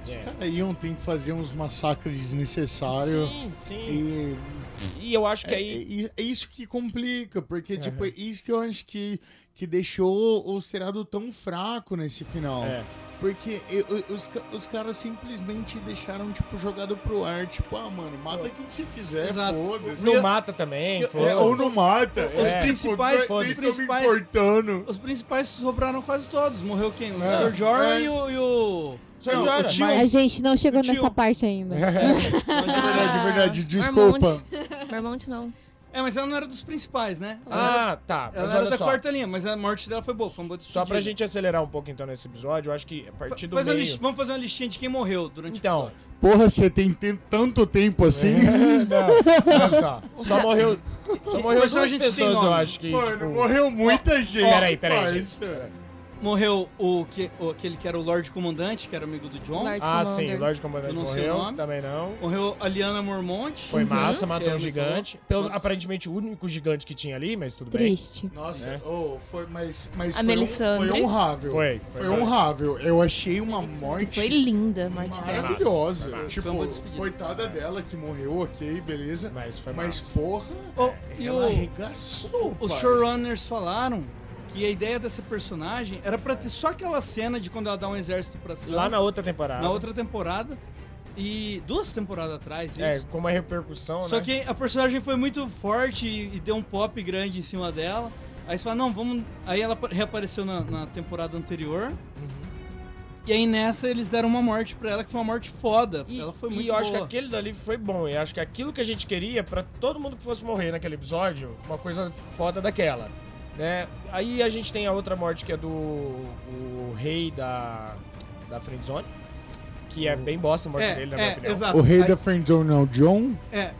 os
É.
caras iam ter que fazer uns massacres desnecessários.
Sim, sim.
E
E eu acho que
é,
aí.
é- é isso que complica, porque tipo, é isso que eu acho que, que deixou o Cerrado tão fraco nesse final.
É.
Porque eu- eu- os, ca- os caras simplesmente deixaram, tipo, jogado pro ar. Tipo, ah, mano, mata quem você quiser,
Exato.
foda-se.
Não mata também,
É, ou
foda-se.
não mata.
Os
é,
principais-
tipo,
os
nem tô me
principais-
importando.
Os principais sobraram quase todos. Morreu quem? O
É.
Sir Jorah
É.
e o... E o...
Sir
Não,
Jorah.
o tio-
A gente não chegou
O tio-
nessa parte ainda.
É.
De verdade, de É verdade,
Ah,
desculpa.
Mormont não.
É, mas ela não era dos principais, né?
Ah, tá.
Ela
Mas
era
olha
da
só.
quarta linha, mas a morte dela foi boa, foi uma boa
Só pra
despedida.
gente acelerar um pouco então nesse episódio, eu acho que a partir do
Faz um uma
meio.
lista- Vamos fazer uma listinha de quem morreu durante
Então,
Porra, você tem te- tanto tempo assim?
É.
não, olha só. Só morreu. Só morreu
Mas
duas
hoje tem
pessoas,
nome.
eu acho que.
Mano,
tipo,
morreu muita gente.
peraí, peraí,
parça.
gente.
Morreu o, que, o- aquele que era o Lorde Comandante, que era amigo do John.
Lorde
Ah,
Commander.
sim, Lorde
Eu
Comandante
não sei o
morreu.
nome.
Também não.
Morreu a Liana Mormont.
Foi
que
massa, matou
ela
um
me
gigante.
falou.
Pelo- aparentemente o único gigante que tinha ali, mas tudo
Triste.
Nossa, oh, foi, mas, mas
A
foi, um,
Melisandre?
foi honrável.
Foi, foi
foi, honrável. Eu achei uma morte
Foi linda a morte dela.
maravilhosa.
Foi massa.
Foi uma
Tipo,
boa despedida.
coitada dela que morreu, ok, beleza.
bem. Mas foi
Mas,
massa.
porra,
Oh, e
ela
é
o-
arregaçou,
Os
parça.
showrunners falaram que a ideia dessa personagem era pra ter só aquela cena de quando ela dá um exército pra Sansa.
Lá na outra temporada.
na outra temporada. E duas temporadas atrás, isso.
É, como é repercussão,
Só
né?
que a personagem foi muito forte e, e deu um pop grande em cima dela. Aí você fala, não, vamos. Aí ela pa- reapareceu na, na temporada anterior.
Uhum.
E aí nessa eles deram uma morte pra ela, que foi uma morte foda.
E,
ela foi
e
muito
eu acho que
boa.
aquele dali foi bom. Eu acho que aquilo que a gente queria pra todo mundo que fosse morrer naquele episódio, uma coisa foda daquela. Né? Aí a gente tem a outra morte que é do o rei da, da Friendzone, que é bem bosta a morte
É,
dele, na minha
é,
opinião.
exato.
O rei
Aí-
da Friendzone é o John?
É,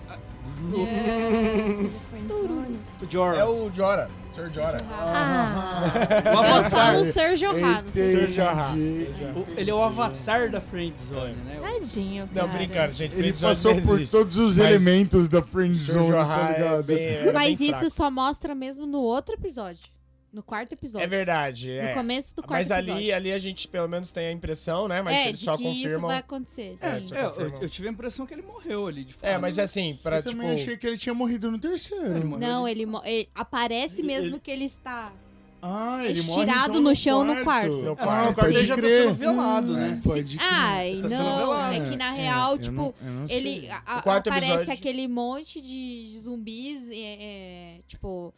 Friendzone.
o Jorah.
É o Jora, Sr. Jora.
Ah,
O
eu
avatar.
falo o Sérgio Rado.
Sir Jorah.
Entendi.
O- ele é o avatar da
É.
friendzone,
É,
né?
Tadinho, cara.
Não, brincando, gente.
Ele
Friendzone
passou
não
por
existe.
todos os
Mas
elementos da
Sr.
friendzone,
Jorah
tá
é
ligado?
bem- era
Mas
bem
isso
fraco.
só mostra mesmo no outro episódio. No quarto episódio.
É verdade,
No
é.
começo do quarto
Mas ali,
episódio.
ali a gente pelo menos tem a impressão, né? Mas
é,
eles
de
só
que isso
confirmam.
vai acontecer, sim.
só
É, eu,
confirmam.
eu tive a impressão que ele morreu ali, de fato.
É, mas assim, pra
Eu
tipo.
também achei que ele tinha morrido no terceiro.
morreu.
Não, ele, mo- ele aparece mesmo que ele está.
Ah, ele morre
Estirado
então,
É no chão, no quarto.
No
Ah,
quarto.
pode
ele já tá
crer. Hum,
sendo velado, né?
Pode crer.
Ai,
Tá sendo
não.
velado,
É
né?
que na
É,
real,
eu
tipo,
não- eu não sei.
ele a- a-
O quarto
aparece
episódio-
aquele monte de, de zumbis, é, é, tipo,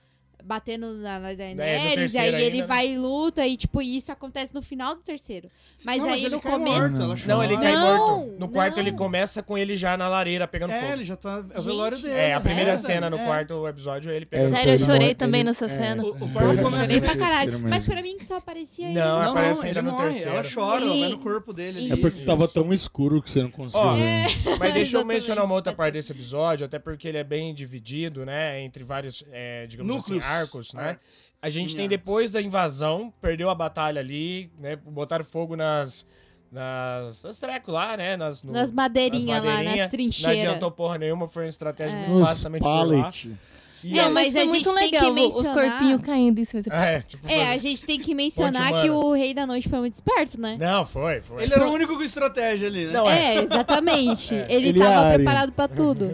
batendo na, na Daenerys,
É, terceiro
aí ele
ainda, né?
vai e luta, e tipo, isso acontece no final do terceiro. Mas
Não,
aí
ele
no
cai
começo.
morto, ela É,
Não, ele
chora.
cai
Não,
morto. No quarto
não.
ele começa com ele já na lareira pegando
É,
fogo.
ele já tá. É o velório
Gente,
dele.
É, a
Sério?
primeira cena no
É.
quarto episódio é ele pegando
Sério, eu
Ele
chorei
morre-
também
ele-
nessa cena.
O, o
Ele
quarto
já
começa.
Chorei pra
Terceiro
caralho. Mas
mesmo.
pra mim que só aparecia ele.
Não,
Não,
aparece
não,
ainda
ele
no
morre,
terceiro.
ela chora, ela vai
Ele-
no corpo dele. ali.
É porque Isso. É.
tava tão escuro que você não conseguia
Ó,
ver.
Mas deixa eu
Exatamente.
mencionar uma outra parte desse episódio, até porque ele é bem dividido, né? Entre vários, é, digamos
Núcleos. É.
assim, arcos, né? A gente
Em
tem
arcos.
depois da invasão, perdeu a batalha ali, né? Botaram fogo nas. Nas, nas trecos lá, né? Nas, no-
Nas madeirinha lá, nas
madeirinha.
trincheira.
Não adiantou porra nenhuma, foi uma estratégia muito fácil
Nos
também de burlar.
pallet.
E
É,
aí-
mas
foi
a gente
muito
tem que
legal o-
mencionar-
os corpinhos caindo isso. Foi...
É, tipo,
É, a gente tem que mencionar
Ponte
que
humana.
o Rei da Noite foi muito esperto, né?
Não, foi, foi.
Ele era o único com estratégia ali, né?
Não, é.
É, exatamente. Ele,
Ele é
tava
Arya.
preparado pra tudo.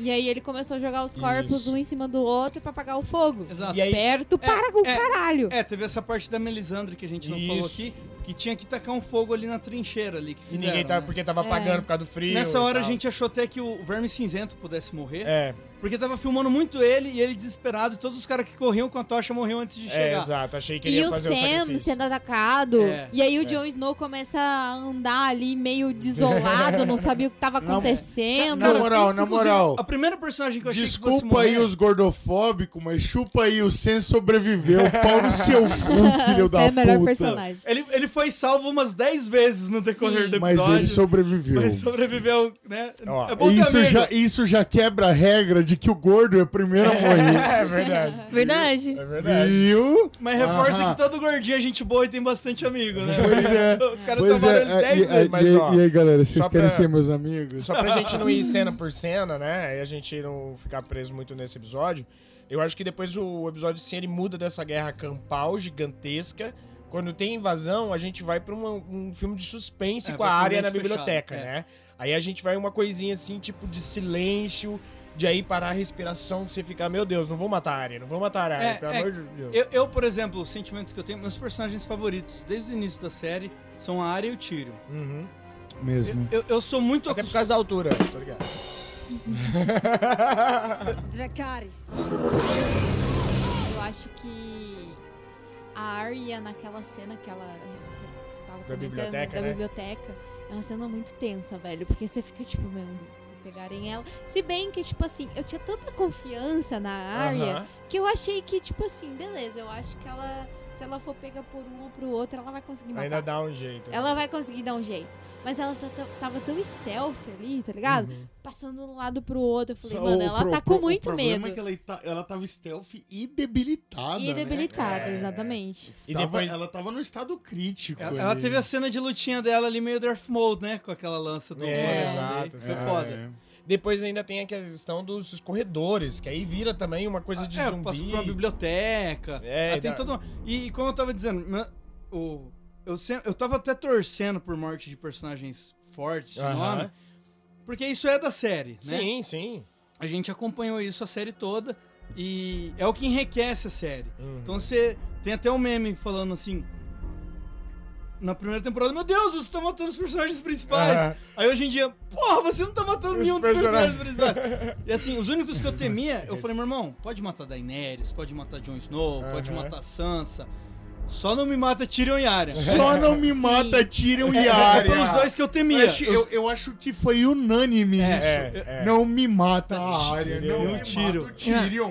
E aí ele começou a jogar os corpos
Isso.
um em cima do outro pra apagar o fogo.
Exato.
E aí-
Esperto para o
é,
caralho.
É, teve essa parte da Melisandre que a gente não falou
Isso.
aqui, que tinha que tacar um fogo ali na trincheira ali que
E
fizeram,
ninguém tava,
né?
porque
É.
tava apagando por causa do frio.
Nessa
e
hora a
tal.
gente achou até que o Verme Cinzento pudesse morrer,
É,
porque tava filmando muito ele e ele desesperado, e todos os caras que corriam com a tocha morriam antes de
é,
chegar.
exato. Achei que ele
E
ia
o
fazer o
Sam
sacrifício.
sendo atacado.
É,
e aí o Jon Snow começa a andar ali meio desolado, não sabia o que tava
Na-
acontecendo.
Na moral, na
Inclusive,
moral.
A primeira personagem que eu achei que fosse
Desculpa
morrer,
aí os gordofóbicos, mas chupa aí, o Sen sobreviveu. Pau no seu cu, filho
Você
da
é o melhor
puta.
personagem.
Ele, ele foi salvo umas 10 vezes no decorrer
Sim.
do episódio.
Mas ele sobreviveu.
Mas sobreviveu, né?
Ó,
é bom ter
isso,
amigo.
já, isso já quebra a regra de que o gordo é o primeiro a morrer.
É verdade,
Verdade?
é verdade.
Viu?
Mas reforça
Aham.
que todo gordinho é gente boa e tem bastante amigo, né?
Pois é.
Os caras
Pois
tomaram
é,
ele 10
e,
vezes.
e-
mas, ó,
e aí, galera, vocês
só
querem
pra-
ser meus amigos?
Só pra gente não ir cena por cena, né? E a gente não ficar preso muito nesse episódio. Eu acho que depois o episódio 100 ele muda dessa guerra campal gigantesca. Quando tem invasão, a gente vai pra uma- um filme de suspense
É,
com a
vai pra um
área na
mundo fechado,
biblioteca,
é.
né? Aí a gente vai uma coisinha assim, tipo de silêncio, de aí parar a respiração, você ficar, meu Deus, não vou matar a área, não vou matar a área,
É,
pelo
é,
amor de Deus.
Eu, eu, por exemplo, o sentimento que eu tenho, meus personagens favoritos desde o início da série são a Arya e o Tyrion.
Uhum.
Mesmo.
Eu, eu sou muito
Até por
acostumado.
causa da altura, tá ligado?
Dracarys. Eu acho que a Arya naquela cena que ela que você tava comentando,
biblioteca,
da
né?
biblioteca, é uma cena muito tensa, velho, porque você fica tipo, meu Deus, se pegarem ela. Se bem que tipo assim, eu tinha tanta confiança na Arya
Aham.
que eu achei que tipo assim, beleza, eu acho que ela se ela for pega por um ou pro outro, ela vai conseguir matar.
Ainda dá um jeito.
Ela vai conseguir dar um jeito. Mas ela tá- tá- tava tão stealth ali, tá ligado? Passando de um lado pro outro. Eu falei,
Só
mano,
o
ela
pro-
tá
pro-
com muito
o
medo.
problema É que ela, tá né? ita- ela tava stealth e debilitada.
E debilitada, né?
É.
exatamente.
E
E depois...
depois-
Ela tava no estado crítico.
Ela, ela
ali.
teve a cena de lutinha dela ali meio Darth Mode, né? Com aquela lança do
É,
Moro,
exato,
Foi
é.
foda. Ah,
Depois ainda tem a questão dos corredores, que aí vira também uma coisa de
é, passou
zumbi.
por uma biblioteca.
É,
ela tem
dá-
todo... e, e como eu tava dizendo, meu- o, eu, se- eu tava até torcendo por morte de personagens fortes de
Aham.
nome. Porque isso é da série, né?
Sim, sim.
A gente acompanhou isso a série toda e é o que enriquece a série.
Uhum.
Então você tem até um meme falando assim. Na primeira temporada, meu Deus, você tá matando os personagens principais.
Aham.
Aí hoje em dia, porra, você não tá matando
Os
nenhum
personagens-
dos personagens principais. E assim, os únicos que eu temia, eu falei, meu irmão, pode matar Daenerys, pode matar Jon Snow, pode
Aham.
matar Sansa. Só não me mata Tyrion e Arya.
Só não me
Sim.
mata, tiram e
É
área.
pelos dois que eu temia.
Eu acho, eu, eu acho que foi unânime isso.
é, é.
Não me mata a área.
Tyrion.
Não me
Tyrion.
mata o Tyrion.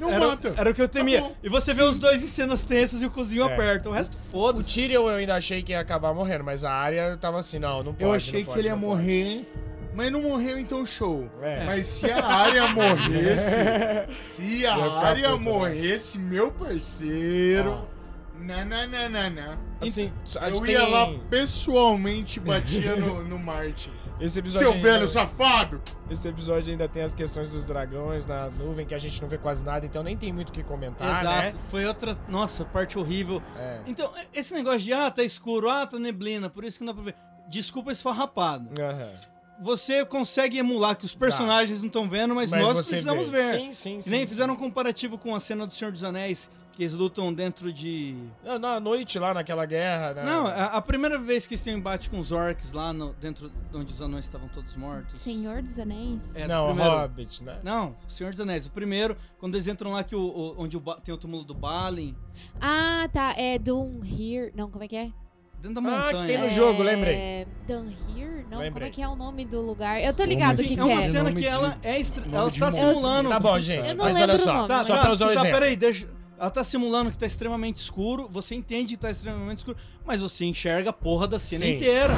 Não
Era,
mata.
era o que eu temia.
Acabou.
E você vê os dois em cenas tensas e o cozinho
Tá É.
aperta. O resto,
O
foda-se.
Tyrion eu ainda achei que ia acabar morrendo, mas a área tava assim, não, não pode.
Eu
não
achei que
pode,
ele ia
não pode.
morrer, mas não morreu, então show.
É.
Mas se a área morresse, se a
Ia ficar
área
puto, né?
morresse, meu parceiro. Na, na, na, na, na.
Assim, a
Eu
gente
ia
tem-
lá pessoalmente e batia no, no Martin.
Esse episódio
Seu
ainda-
velho safado!
Esse episódio ainda tem as questões dos dragões na nuvem, que a gente não vê quase nada, então nem tem muito o que comentar,
Exato.
né? É.
Foi outra. Nossa, parte horrível. Então, esse negócio de ah, tá escuro, ah, tá neblina, por isso que não dá pra ver. Desculpa esfarrapado.
Aham.
Você consegue emular que os personagens não estão vendo, mas,
Mas
nós
você
precisamos
vê.
ver.
Sim, sim,
Que
sim,
Nem
sim.
fizeram um comparativo com a cena do Senhor dos Anéis, que eles lutam dentro de.
Na- Na noite lá, naquela guerra. né? na-
Não, é, a, a primeira vez que eles têm um embate com os orcs lá no, dentro onde os anões estavam todos mortos.
Senhor dos Anéis?
É, do
não,
primeiro.
Hobbit, né?
Não, Senhor dos Anéis. O primeiro, quando eles entram lá que o, o- onde o Ba- tem o túmulo do Balin,
Ah, tá. É Dunhir. Não, como é que é?
dentro da
Ah,
montanha.
que tem no jogo, lembrei.
É Dunhir? Não, como
Lembrei.
é que é o nome do lugar? Eu tô ligado o
mas
que,
Sim,
que
é uma
é.
cena
Nome
que
de-
ela é estra...
nome
ela
de
tá
monstro.
simulando.
Tá bom, gente.
Eu não
Mas olha
lembro o
só.
nome, né?
Tá,
mas-
só
tá,
pra usar o
tá,
exemplo.
peraí, deixa. Ela tá simulando que tá extremamente escuro, você entende que tá extremamente escuro, mas você enxerga a porra da cena
Sim.
inteira.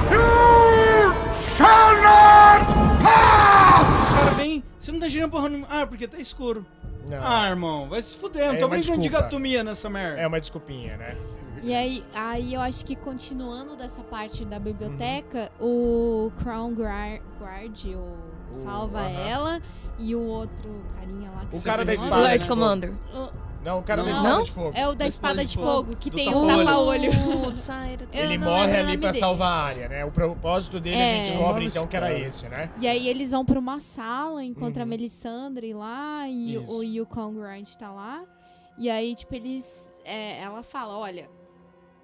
Os caras vêm, você não tá girando porra nenhuma. Ah, porque tá escuro.
Não,
Ah, irmão, vai se fuder, não
É
tô
uma
brincando de
desculpa.
gatomia nessa merda.
É uma desculpinha, né?
E aí, aí eu acho que continuando dessa parte da biblioteca, o Crown Guard, Guard o salva
Uhum. aham.
ela e o outro carinha lá que
O
eu
cara da
esqueci
espada.
nome.
Lord
Lord
de
Commander.
O-
Não, o cara da
Não.
espada
Não?
de fogo.
É o da espada de fogo, que
do
tem o
tapa-olho.
tapa-olho.
Ele
Eu
morre
não lembro o
ali
nome
pra
dele.
salvar a área, né? O propósito dele a
É.
gente descobre
Nome
então
desse
que era
cara.
esse, né?
E aí eles vão pra uma sala, encontram a Melisandre lá e
Isso.
o, e o Congrant tá lá. E aí, tipo, eles. é, ela fala: olha,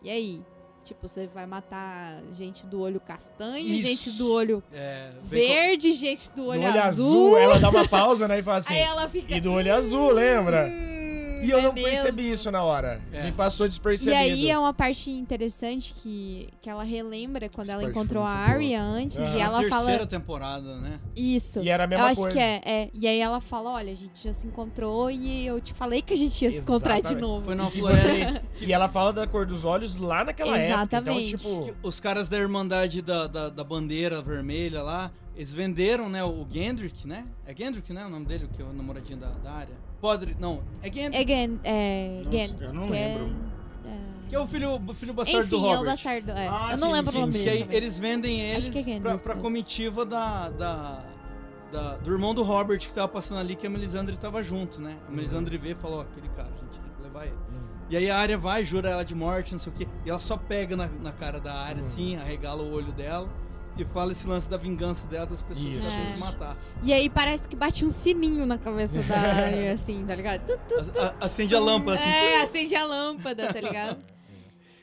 e aí? Tipo, você vai matar gente do olho castanho,
Isso.
gente do olho
É, vem com-
verde, gente do
Do
olho,
olho azul,
azul.
ela dá uma pausa, né? E fala assim.
Aí ela fica.
E do olho azul, lembra?
"Hum,
E eu
é
não
mesmo."
percebi isso na hora.
É.
Me passou
E
despercebido.
aí é uma parte interessante que, que ela relembra quando
Essa
ela
parte foi
encontrou a
muito boa.
Arya antes
Aham.
e ela
terceira
fala
temporada, né?
isso.
E era a mesma
eu acho
coisa.
que é, é. E aí ela fala, olha, a gente já se encontrou e eu te falei que a gente ia se encontrar de
Exatamente.
novo.
Foi numa
E,
floresta.
você- e ela fala da cor dos olhos lá naquela
Exatamente.
época. Então, tipo.
Os caras da Irmandade da, da, da Bandeira Vermelha lá, eles venderam, né, o Gendrick, né? É Gendrick, né, o nome dele, que é o namoradinho da, da área? Podre, não, é Gendrick,
É Gen, é,
Nossa,
Gen,
eu não
Gen-
lembro.
que é o filho, o filho bastardo do
Enfim, é o
Robert.
bastardo. é.
Ah,
eu não
sim,
lembro
sim,
o nome
sim.
Que aí
dele. também.
eles vendem eles
Acho que é Gendrick
pra, pra
mesmo.
comitiva da, da, da- do irmão do Robert que tava passando ali, que a Melisandre tava junto, né? A Melisandre vê e fala, ó, aquele cara, a gente tem que levar ele.
Uhum.
E aí a área vai, jura ela de morte, não sei o quê, e ela só pega na, na cara da área,
Uhum.
assim, arregala o olho dela e fala esse lance da vingança dela das pessoas
Isso.
que ela tem que
É.
matar.
E aí parece que bate um sininho na cabeça da Arya, assim, tá ligado? Tu, tu, tu.
É.
Então,
A- a- acende a lâmpada, assim.
É, acende a lâmpada, tá ligado?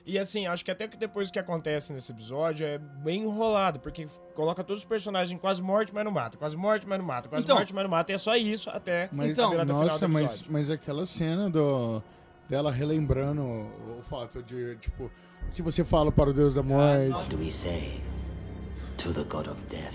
E assim, acho que até que depois o que acontece nesse episódio é bem enrolado, porque coloca todos os personagens em quase morte, mas não mata. Quase morte, mas não mata. Quase
Então-
morte, mas não mata. E é só isso até
Mas,
Então,
a virada
nossa,
final do
mas,
episódio.
mas aquela cena do, dela relembrando o, o fato de, tipo, o que você fala para o Deus
Ah,
da Morte.
do we say to the god of death?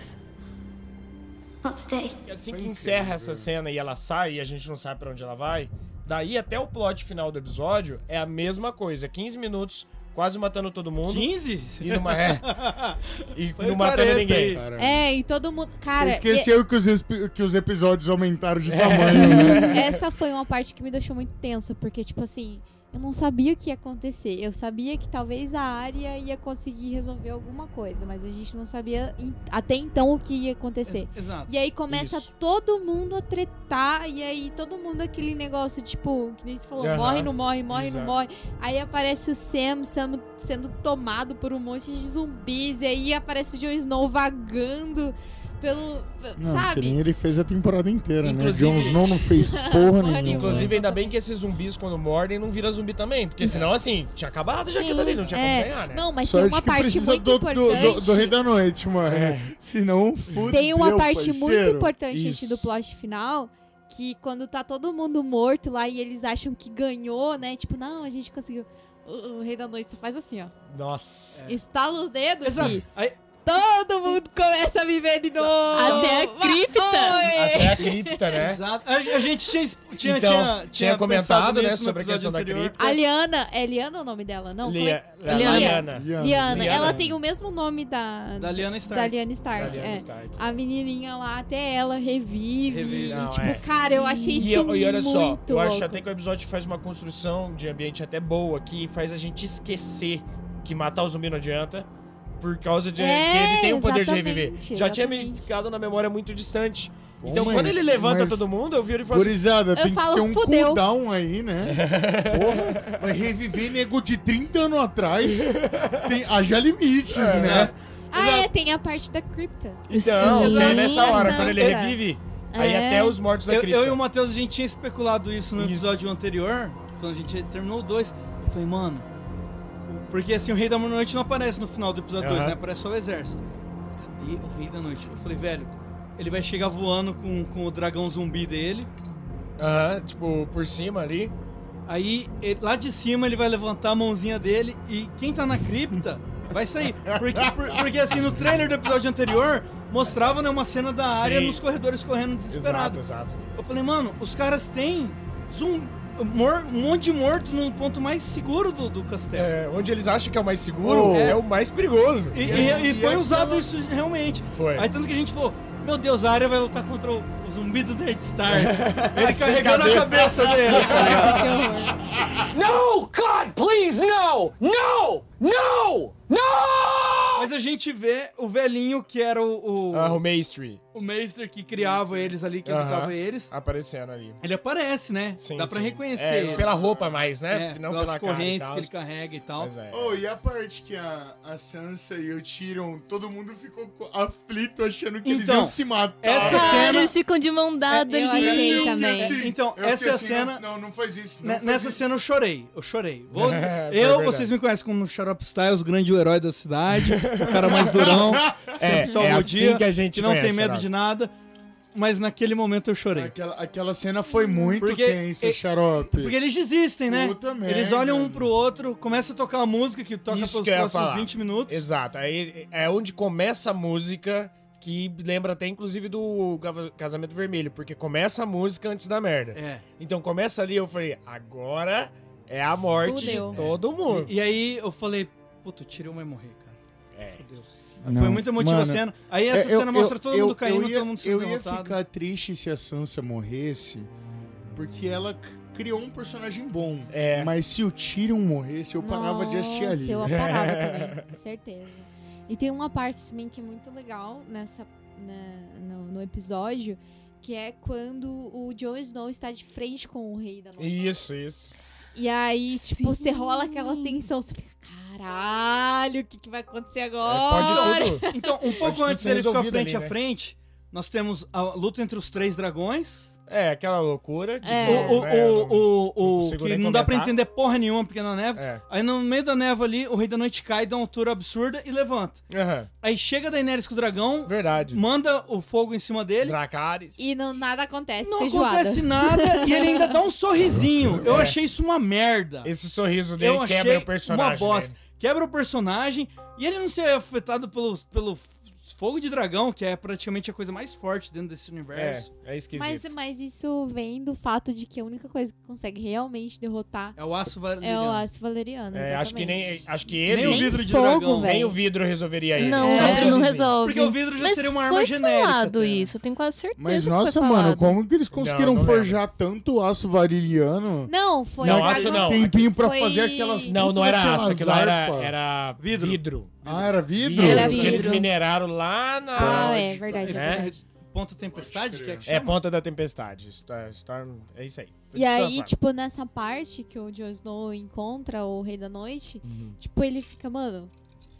Not today.
E assim que encerra essa cena e ela sai e a gente não sabe pra onde ela vai, daí até o plot final do episódio é a mesma coisa. 15 minutos, quase matando todo mundo.
15?
E não, ma- é, e
Foi
não matando
40
ninguém.
aí.
Cara,
É, e todo mundo. Cara,
você esqueceu que, os, esp- que os episódios aumentaram
É.
de tamanho, né?
essa foi uma parte que me deixou muito tensa, porque, tipo assim, eu não sabia o que ia acontecer. Eu sabia que talvez a área ia conseguir resolver alguma coisa, mas a gente não sabia em- até então o que ia acontecer.
Exato.
E aí começa
Isso.
todo mundo a tretar, e aí todo mundo aquele negócio, tipo, que nem se falou,
Aham.
morre, não morre, morre,
Exato.
não morre. Aí aparece o Sam, Sam sendo tomado por um monte de zumbis, e aí aparece o Jon Snow vagando pelo.
Não, que
sabe?
nem ele fez a temporada inteira,
Inclusive-
né? Jon Snow não fez porra nenhuma.
Inclusive, ainda bem que esses zumbis, quando mordem, não vira zumbi também. Porque senão, assim, tinha acabado já aquilo ali, não tinha
É,
como ganhar, né?
Não, mas
Sorte
tem uma
que
parte
precisa
muito
do, do,
importante.
do, do Rei da Noite, mano. Senão, fudeu,
tem uma parte muito
parceiro.
importante
Isso.
gente, do plot final. Que quando tá todo mundo morto lá e eles acham que ganhou, né? Tipo, não, a gente conseguiu. O, o Rei da Noite só faz assim, ó.
Nossa.
Estala o dedo
Exato.
e
Aí,
todo mundo começa a viver de novo.
Até a cripta.
Até a cripta, né?
exato. A, a gente tinha, es- tinha,
Então,
tinha,
tinha
tinha
comentado,
pensado
né,
nisso no
sobre a
episódio
questão da
anterior.
gripe.
A Liana, é Liana o nome dela? Não, como é-
Lia- Lia-
Liana.
Liana.
Liana.
Liana.
Liana.
Ela tem o mesmo nome da...
Da Liana Stark.
Da Liana Stark,
Da Liana
é.
Stark.
A menininha lá, até ela revive.
Revive.
Não,
tipo,
é.
cara, eu achei isso
E, eu- e olha
muito
só, eu acho
louco.
até que o episódio faz uma construção de ambiente até boa que faz a gente esquecer que matar o zumbi não adianta. por causa de
É,
que ele tem o poder de
exatamente,
reviver. Já tinha me
exatamente.
ficado na memória muito distante. Então,
mas-
quando ele levanta
mas-
todo mundo, eu viro e falo assim,
Gurizada,
Eu
tem que
falo,
ter um
fudeu.
cooldown aí, né? Porra, vai reviver nego de 30 anos atrás. Tem, haja limites, né?
Ah, é, tem a parte da cripta.
Então,
Sim.
é nessa hora,
Sim.
quando ele
Dança.
revive. Aí
É.
até os mortos da
Eu,
cripta.
eu e o Matheus, a gente tinha especulado isso no
Isso.
episódio anterior, quando a gente terminou o 2. Eu falei, mano. o- Porque assim, o Rei da Noite não aparece no final do episódio 2,
Aham.
né? Aparece só o exército. Cadê o Rei da Noite? Eu falei, velho, ele vai chegar voando com, com o dragão zumbi dele.
Aham, tipo, por cima ali.
Aí, ele- lá de cima, ele vai levantar a mãozinha dele e quem tá na cripta vai sair. Porque, por- porque assim, no trailer do episódio anterior, mostrava né, uma cena da área
Sim.
nos corredores correndo
Exato,
desesperado.
exato.
Eu falei, mano, os caras têm zum- mor- um monte de morto no ponto mais seguro do, do castelo.
É, onde eles acham que é o mais seguro,
Oh.
é. o mais perigoso.
E, e- e foi usado isso realmente.
Foi.
Aí tanto que a gente falou, meu Deus, a área vai lutar contra o, o zumbi do Nerd Star. Ele
Sem
carregando a
cabeça.
cabeça dele.
Nossa, que horror.
No! God, please, no! No! No! No!
Mas a gente vê o velhinho que era o, o,
Ah, o Maestri
o Meister que criava eles ali, que educava
Aham.
eles.
aparecendo ali.
Ele aparece, né?
Sim,
Dá pra
sim.
reconhecer
É,
ele.
Pela roupa mais, né?
É,
não
pelas
pela
correntes que
cara e
ele tá-
tal.
carrega e tal.
Mas é.
Oh, e a parte que a, a Sansa e o Tyrion, todo mundo ficou co- aflito achando que eles
Então,
iam se matar.
essa
Aí
cena-
Cara, eles ficam de mão dada
Eu
eu
achei
fiquei
ali.
também.
assim-
Então,
eu fiquei
essa é a
assim,
cena-
Não, não faz isso. Não
Ne-
faz
Né, Nessa
isso.
cena eu chorei, eu chorei. Vou-
É, Foi
eu,
verdade.
vocês me conhecem como Xarope Styles, grande herói da cidade, o cara mais durão, sempre
É,
salva
é
o
assim
dia,
que a gente
não tem
conhece,
medo
Xarope.
de nada. Mas naquele momento eu chorei.
Aquela, aquela cena foi muito
Porque-
tensa,
e-
xarope.
Porque eles desistem, né?
Puta
eles
merda.
olham um pro outro, começa a tocar a música que toca
Isso
pelos
que eu ia
próximos
falar.
20 minutos.
Exato. Aí é onde começa a música que lembra até inclusive do Cava- Casamento Vermelho, porque começa a música antes da merda.
É.
Então começa ali, eu falei, agora é a morte
Fudeu.
de todo mundo.
E aí eu falei, puta, o Tyrion vai morrer,
É.
cara. Fudeu.
Não,
Foi muito emotiva a
mano. é,
cena. Aí essa
Eu-
cena
eu-
mostra todo
eu-
mundo caindo,
eu ia-
todo mundo sendo
Eu ia
derrotado.
ficar triste se a Sansa morresse, porque ela c- criou um personagem bom.
É.
Mas se o Tyrion morresse, eu parava de assistir
Nossa,
ali.
eu parava também, certeza. E tem uma parte também que é muito legal nessa, na- no, no episódio, que é quando o Jon Snow está de frente com o Rei da Noite.
Isso, isso.
E aí, tipo, você rola aquela tensão, você fica, caralho, o que, que vai acontecer agora?
É, Pode tudo.
Então, um
Pode
pouco
tudo
antes
ser
dele ficar
resolvido
frente
ali,
a
né?
frente, nós temos a luta entre os três dragões.
É, aquela loucura que.
É.
O, o,
né,
o,
não-
o- o-
não consigo
que
nem
não dá pra
comentar.
entender porra nenhuma, porque é na neva.
É.
Aí no meio da neva ali, o Rei da Noite cai, dá uma altura absurda e levanta.
Aham,
Aí chega Daenerys com o dragão,
Verdade.
manda o fogo em cima dele.
Dracarys.
E não, nada acontece,
não
feijoada.
acontece nada e ele ainda dá um sorrisinho.
É.
Eu achei isso uma merda.
Esse sorriso dele
Eu achei
quebra o
uma
personagem.
bosta.
dele.
Quebra o personagem e ele não ser afetado pelo, pelo fogo de dragão, que é praticamente a coisa mais forte dentro desse universo.
É, é esquisito.
Mas, mas isso vem do fato de que a única coisa que consegue realmente derrotar
É, o aço
é
valeriano.
o aço valeriano.
É, acho que nem.
exatamente.
Acho que ele.
Nem o vidro de
fogo,
dragão.
velho.
nem o vidro resolveria ele. Só
Não,
um
não
sorrisinho.
resolve.
Porque o vidro já
Mas
seria uma arma
foi
genérica,
falado
até.
isso, eu tenho quase certeza
Mas
que
nossa,
foi
mano,
falado.
como que eles conseguiram
não lembro.
forjar tanto aço varilhano?
Não, foi
Não,
o
aço
dragão-
não.
Tempinho pra
Foi-
fazer aquelas.
Não, não
putas
era
daquelas
aço, aquilo lá era,
arpa.
era vidro. vidro.
Ah, era vidro?
Era
Que eles
vidro.
mineraram lá na.
Ah, é verdade, é
Né?
verdade.
Ponta Tempestade, que é que
É,
chama?
Ponta da Tempestade. Star, Star, é isso aí.
E aí,
Stormfront.
tipo, nessa parte que o Jon Snow encontra o Rei da Noite,
Uhum.
tipo, ele fica, mano,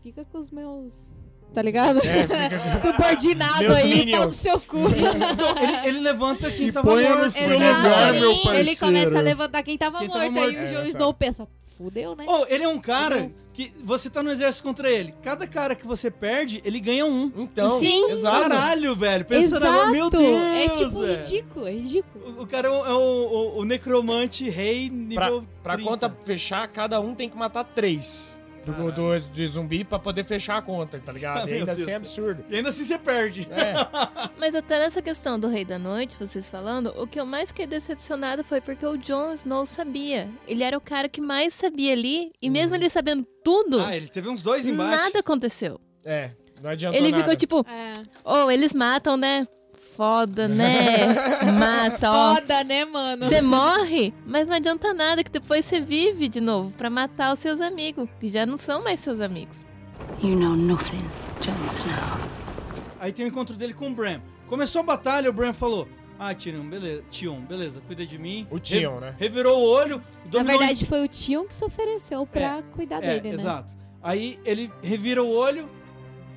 fica com os meus. Tá ligado? Subordinado
É, Meus
aí, pau no
minions.
seu cu.
Então, ele, ele levanta assim, tá quem
Se
tava
ponha no
morto.
seu
Exato.
lugar, meu
Ele
parceiro.
ele começa a levantar quem tava
é Quem tava
morto. aí
morto.
o Jon
É,
Snow pensa, fudeu, né?
Oh, ele é um cara que você tá no exército contra ele. Cada cara que você perde, ele ganha um.
Então,
Sim.
exato.
Caralho, velho. Pensa
Exato!
na meu Deus.
é tipo
velho.
ridículo, é ridículo.
O- O cara é o, é o- o- o necromante rei
Pra,
nível.
pra
30.
conta fechar, cada um tem que matar três do, do, de zumbi pra poder fechar a conta, tá ligado? E
Meu
ainda
Deus
assim é
do
absurdo.
E ainda assim você perde.
Mas até nessa questão do Rei da Noite, vocês falando, o que eu mais fiquei decepcionada foi porque o Jon Snow sabia. Ele era o cara que mais sabia ali, e mesmo ele sabendo tudo,
Ah, ele teve uns dois embates.
nada aconteceu.
É, não adiantou
Ele
nada.
ficou tipo,
É.
oh, eles matam, né? Foda, né? Mata, ó.
Foda, né, mano?
Você morre, mas não adianta nada, que depois você vive de novo pra matar os seus amigos, que já não são mais seus amigos.
You know nothing, Jon Snow.
Aí tem o encontro dele com o Bram. Começou a batalha, o Bram falou: Ah, Tyrion, beleza, Tion, beleza, cuida de mim.
O Tyrion, né?
Revirou o olho,
Na
dominou
verdade, foi o Tion que se ofereceu pra cuidar
É,
dele, né?
exato. Aí ele revira o olho,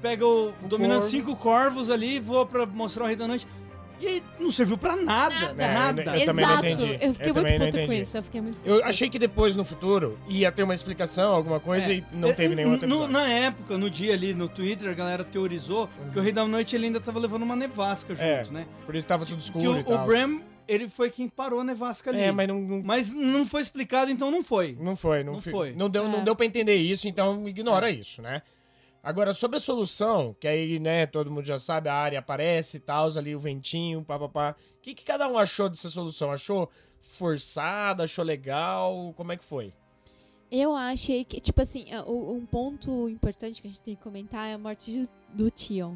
pega o. domina
corvo.
cinco corvos ali, voa pra mostrar o Rei da Noite. E aí não serviu pra nada,
Nada.
nada.
É, Eu também não
Exato.
entendi.
Eu fiquei
Eu também
muito
não
puta com
entendi.
isso. Eu fiquei muito puta
Eu
com
achei
isso.
que depois, no futuro, ia ter uma explicação, alguma coisa, e não
É,
teve nenhuma outra
no-
episódio.
Na época, no dia ali, no Twitter, a galera teorizou que o Rei da Noite ele ainda tava levando uma nevasca junto,
É,
né?
por isso tava tudo escuro
Que o,
e
o
tal.
Bram, ele foi quem parou a nevasca ali.
É, mas não, não,
Mas não foi explicado, então não foi.
não foi. Não,
Não
fi-
foi. É.
Não deu, não deu pra entender isso, então ignora isso, né? Agora, sobre a solução, que aí, né, todo mundo já sabe, a área aparece e tal, ali o ventinho, papapá. O que, que cada um achou dessa solução? Achou forçada? Achou legal? Como é que foi?
Eu achei que, tipo assim, a- o- um ponto importante que a gente tem que comentar é a morte de- do Tion.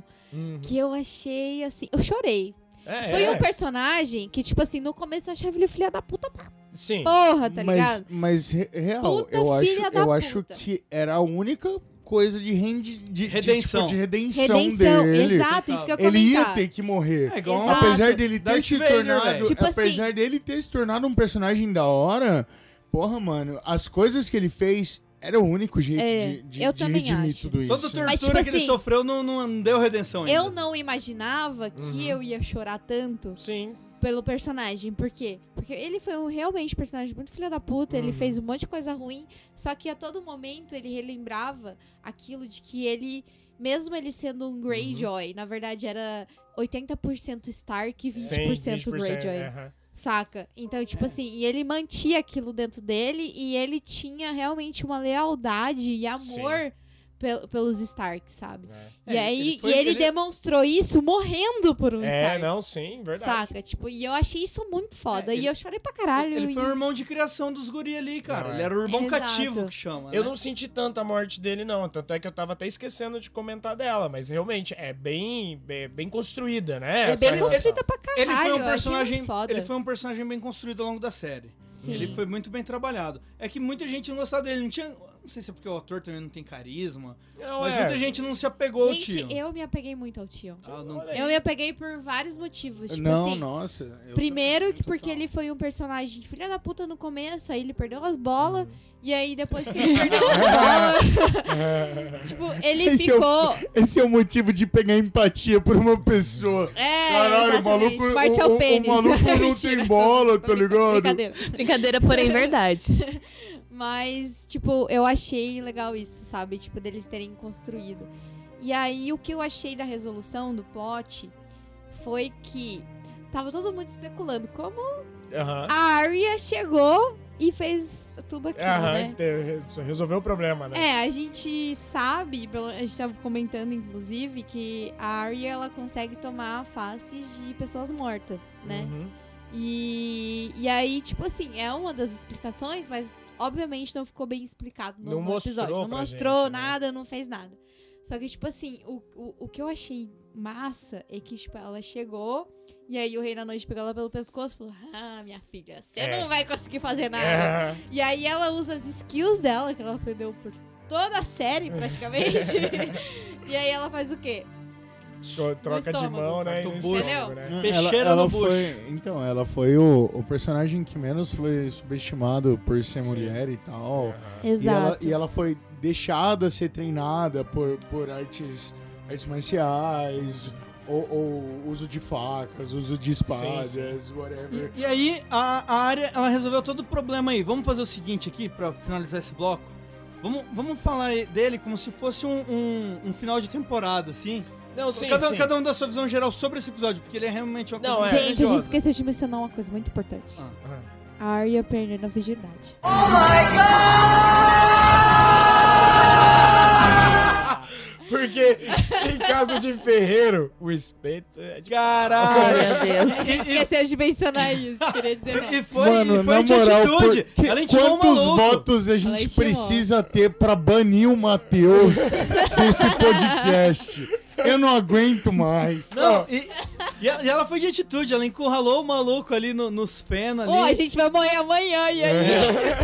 Que eu achei, assim, eu chorei.
É,
Foi
é.
um personagem que, tipo assim, no começo eu achava ele filha da puta pra
Sim.
porra, tá
mas,
ligado?
mas re- real,
Puta
eu acho,
filha da
eu acho
puta.
que era a única coisa de, rendi, de, de,
Redenção.
tipo, de redenção,
Redenção,
dele.
exato, isso que eu
Ele ia
comentar.
ter que morrer.
É igual
Exato.
Apesar dele ter
Darth
se
Vader,
tornado.
velho.
Tipo assim-
apesar dele ter se tornado um personagem da hora, porra, mano, as coisas que ele fez era o único jeito
É,
de, de,
eu
de
também
redimir
acho.
tudo isso.
Toda a tortura
Mas, tipo
que ele
assim,
sofreu não, não deu redenção ainda.
Eu não imaginava que
Uhum.
eu ia chorar tanto
Sim.
pelo personagem. Por quê? Porque ele foi um, realmente um personagem muito filha da puta,
Uhum.
ele fez um monte de coisa ruim, só que a todo momento ele relembrava aquilo de que ele, mesmo ele sendo
Uhum.
um Greyjoy, na verdade era 80% Stark e 20%,
Sim, 20%,
Greyjoy.
aham.
Saca? Então,
É.
tipo assim, e ele mantia aquilo dentro dele e ele tinha realmente uma lealdade e amor pel- pelos Stark, sabe? E
É,
aí,
ele foi-
e ele,
ele-
demonstrou isso morrendo por um
É,
Stark.
não, sim, verdade.
Saca? Tipo, e eu achei isso muito foda.
É, ele-
e eu chorei pra caralho.
Ele
e- é
foi um irmão de criação dos guri ali, cara.
Não, é.
Ele era o irmão
Exato.
cativo que chama.
Eu
né?
não senti tanta morte dele, não. Tanto é que eu tava até esquecendo de comentar dela, mas realmente é bem, bem, bem construída, né?
É
essa
bem
relação.
construída pra caralho.
Ele foi
eu
um
achei
personagem,
muito foda.
ele foi um personagem bem construído ao longo da série.
Sim.
Ele foi muito bem trabalhado. É que muita gente não gostava dele, não tinha, não sei se é porque o ator também não tem carisma,
Não,
mas
é.
muita gente não se apegou ao
Gente,
tio.
eu me apeguei muito ao tio.
Ah, não-
Eu me apeguei por vários motivos. Tipo
não,
assim,
nossa. eu
Primeiro,
também,
que porque
total.
ele foi um personagem filha da puta no começo, aí ele perdeu as bolas,
Uhum.
e aí depois que ele perdeu as bolas. tipo, ele
Esse é o-
ficou.
Esse é o motivo de pegar empatia por uma pessoa.
É,
Caralho, o
exatamente.
maluco,
Parte ao
o, o-
pênis.
o maluco não
Mentira.
tem bola, tá ligado?
Brincadeira.
Brincadeira, porém verdade.
Mas, tipo, eu achei legal isso, sabe? Tipo, deles terem construído. E aí, o que eu achei da resolução do plot foi que tava todo mundo especulando como
Aham. É,
a Arya chegou e fez tudo aquilo,
Aham,
né?
te- resolveu o problema, né?
É, a gente sabe, pelo- a gente tava comentando, inclusive, que a Arya, ela consegue tomar faces de pessoas mortas, né?
Uhum.
E, e aí, tipo assim, é uma das explicações, mas obviamente não ficou bem explicado no,
Não
no
mostrou
episódio. Não
pra
mostrou
gente, né?
nada, não fez nada. Só que, tipo assim, o, o, o que eu achei massa é que, tipo, ela chegou e aí o Rei da Noite pegou ela pelo pescoço e falou: Ah, minha filha, você
É.
não vai conseguir fazer nada.
É.
E aí ela usa as skills dela, que ela aprendeu por toda a série, praticamente. e aí ela faz o quê?
Tro- Troca de
estômago,
mão, né? e
corta o
no
bucho.
estômago, né?
Peixeira
ela, ela
no bucho.
foi, Então, ela foi o, o personagem que menos foi subestimado por ser
Sim.
mulher e tal. E ela,
Exato.
e ela foi deixada ser treinada por, por artes, artes marciais, ou, ou uso de facas, uso de espadas, whatever.
E, e aí a, a área, ela resolveu todo o problema aí. Vamos fazer o seguinte aqui pra finalizar esse bloco. Vamos, vamos falar dele como se fosse um, um- um final de temporada, assim.
Não, sim,
cada,
sim.
cada um da sua visão geral sobre esse episódio, porque ele é realmente uma coisa
Não,
muito
é.
Gente, a gente
grandiosa.
esqueceu de mencionar uma coisa muito importante.
Ah.
A Arya perdendo a virgindade.
Oh, Porque em casa de ferreiro, o espeto é de...
Caralho!
Meu Deus.
E- e-
Esqueceu de mencionar isso, queria dizer. não.
E foi,
Mano,
e foi
na
de
moral,
atitude.
por- que-
Ela intimou o
quantos
maluco.
votos a
Ela
gente
intimou.
precisa ter pra banir o Matheus desse podcast? Eu não aguento mais.
Não, e, E ela, e ela foi de atitude, ela encurralou o maluco ali no- nos fena ali.
Pô, a gente vai morrer amanhã, e aí?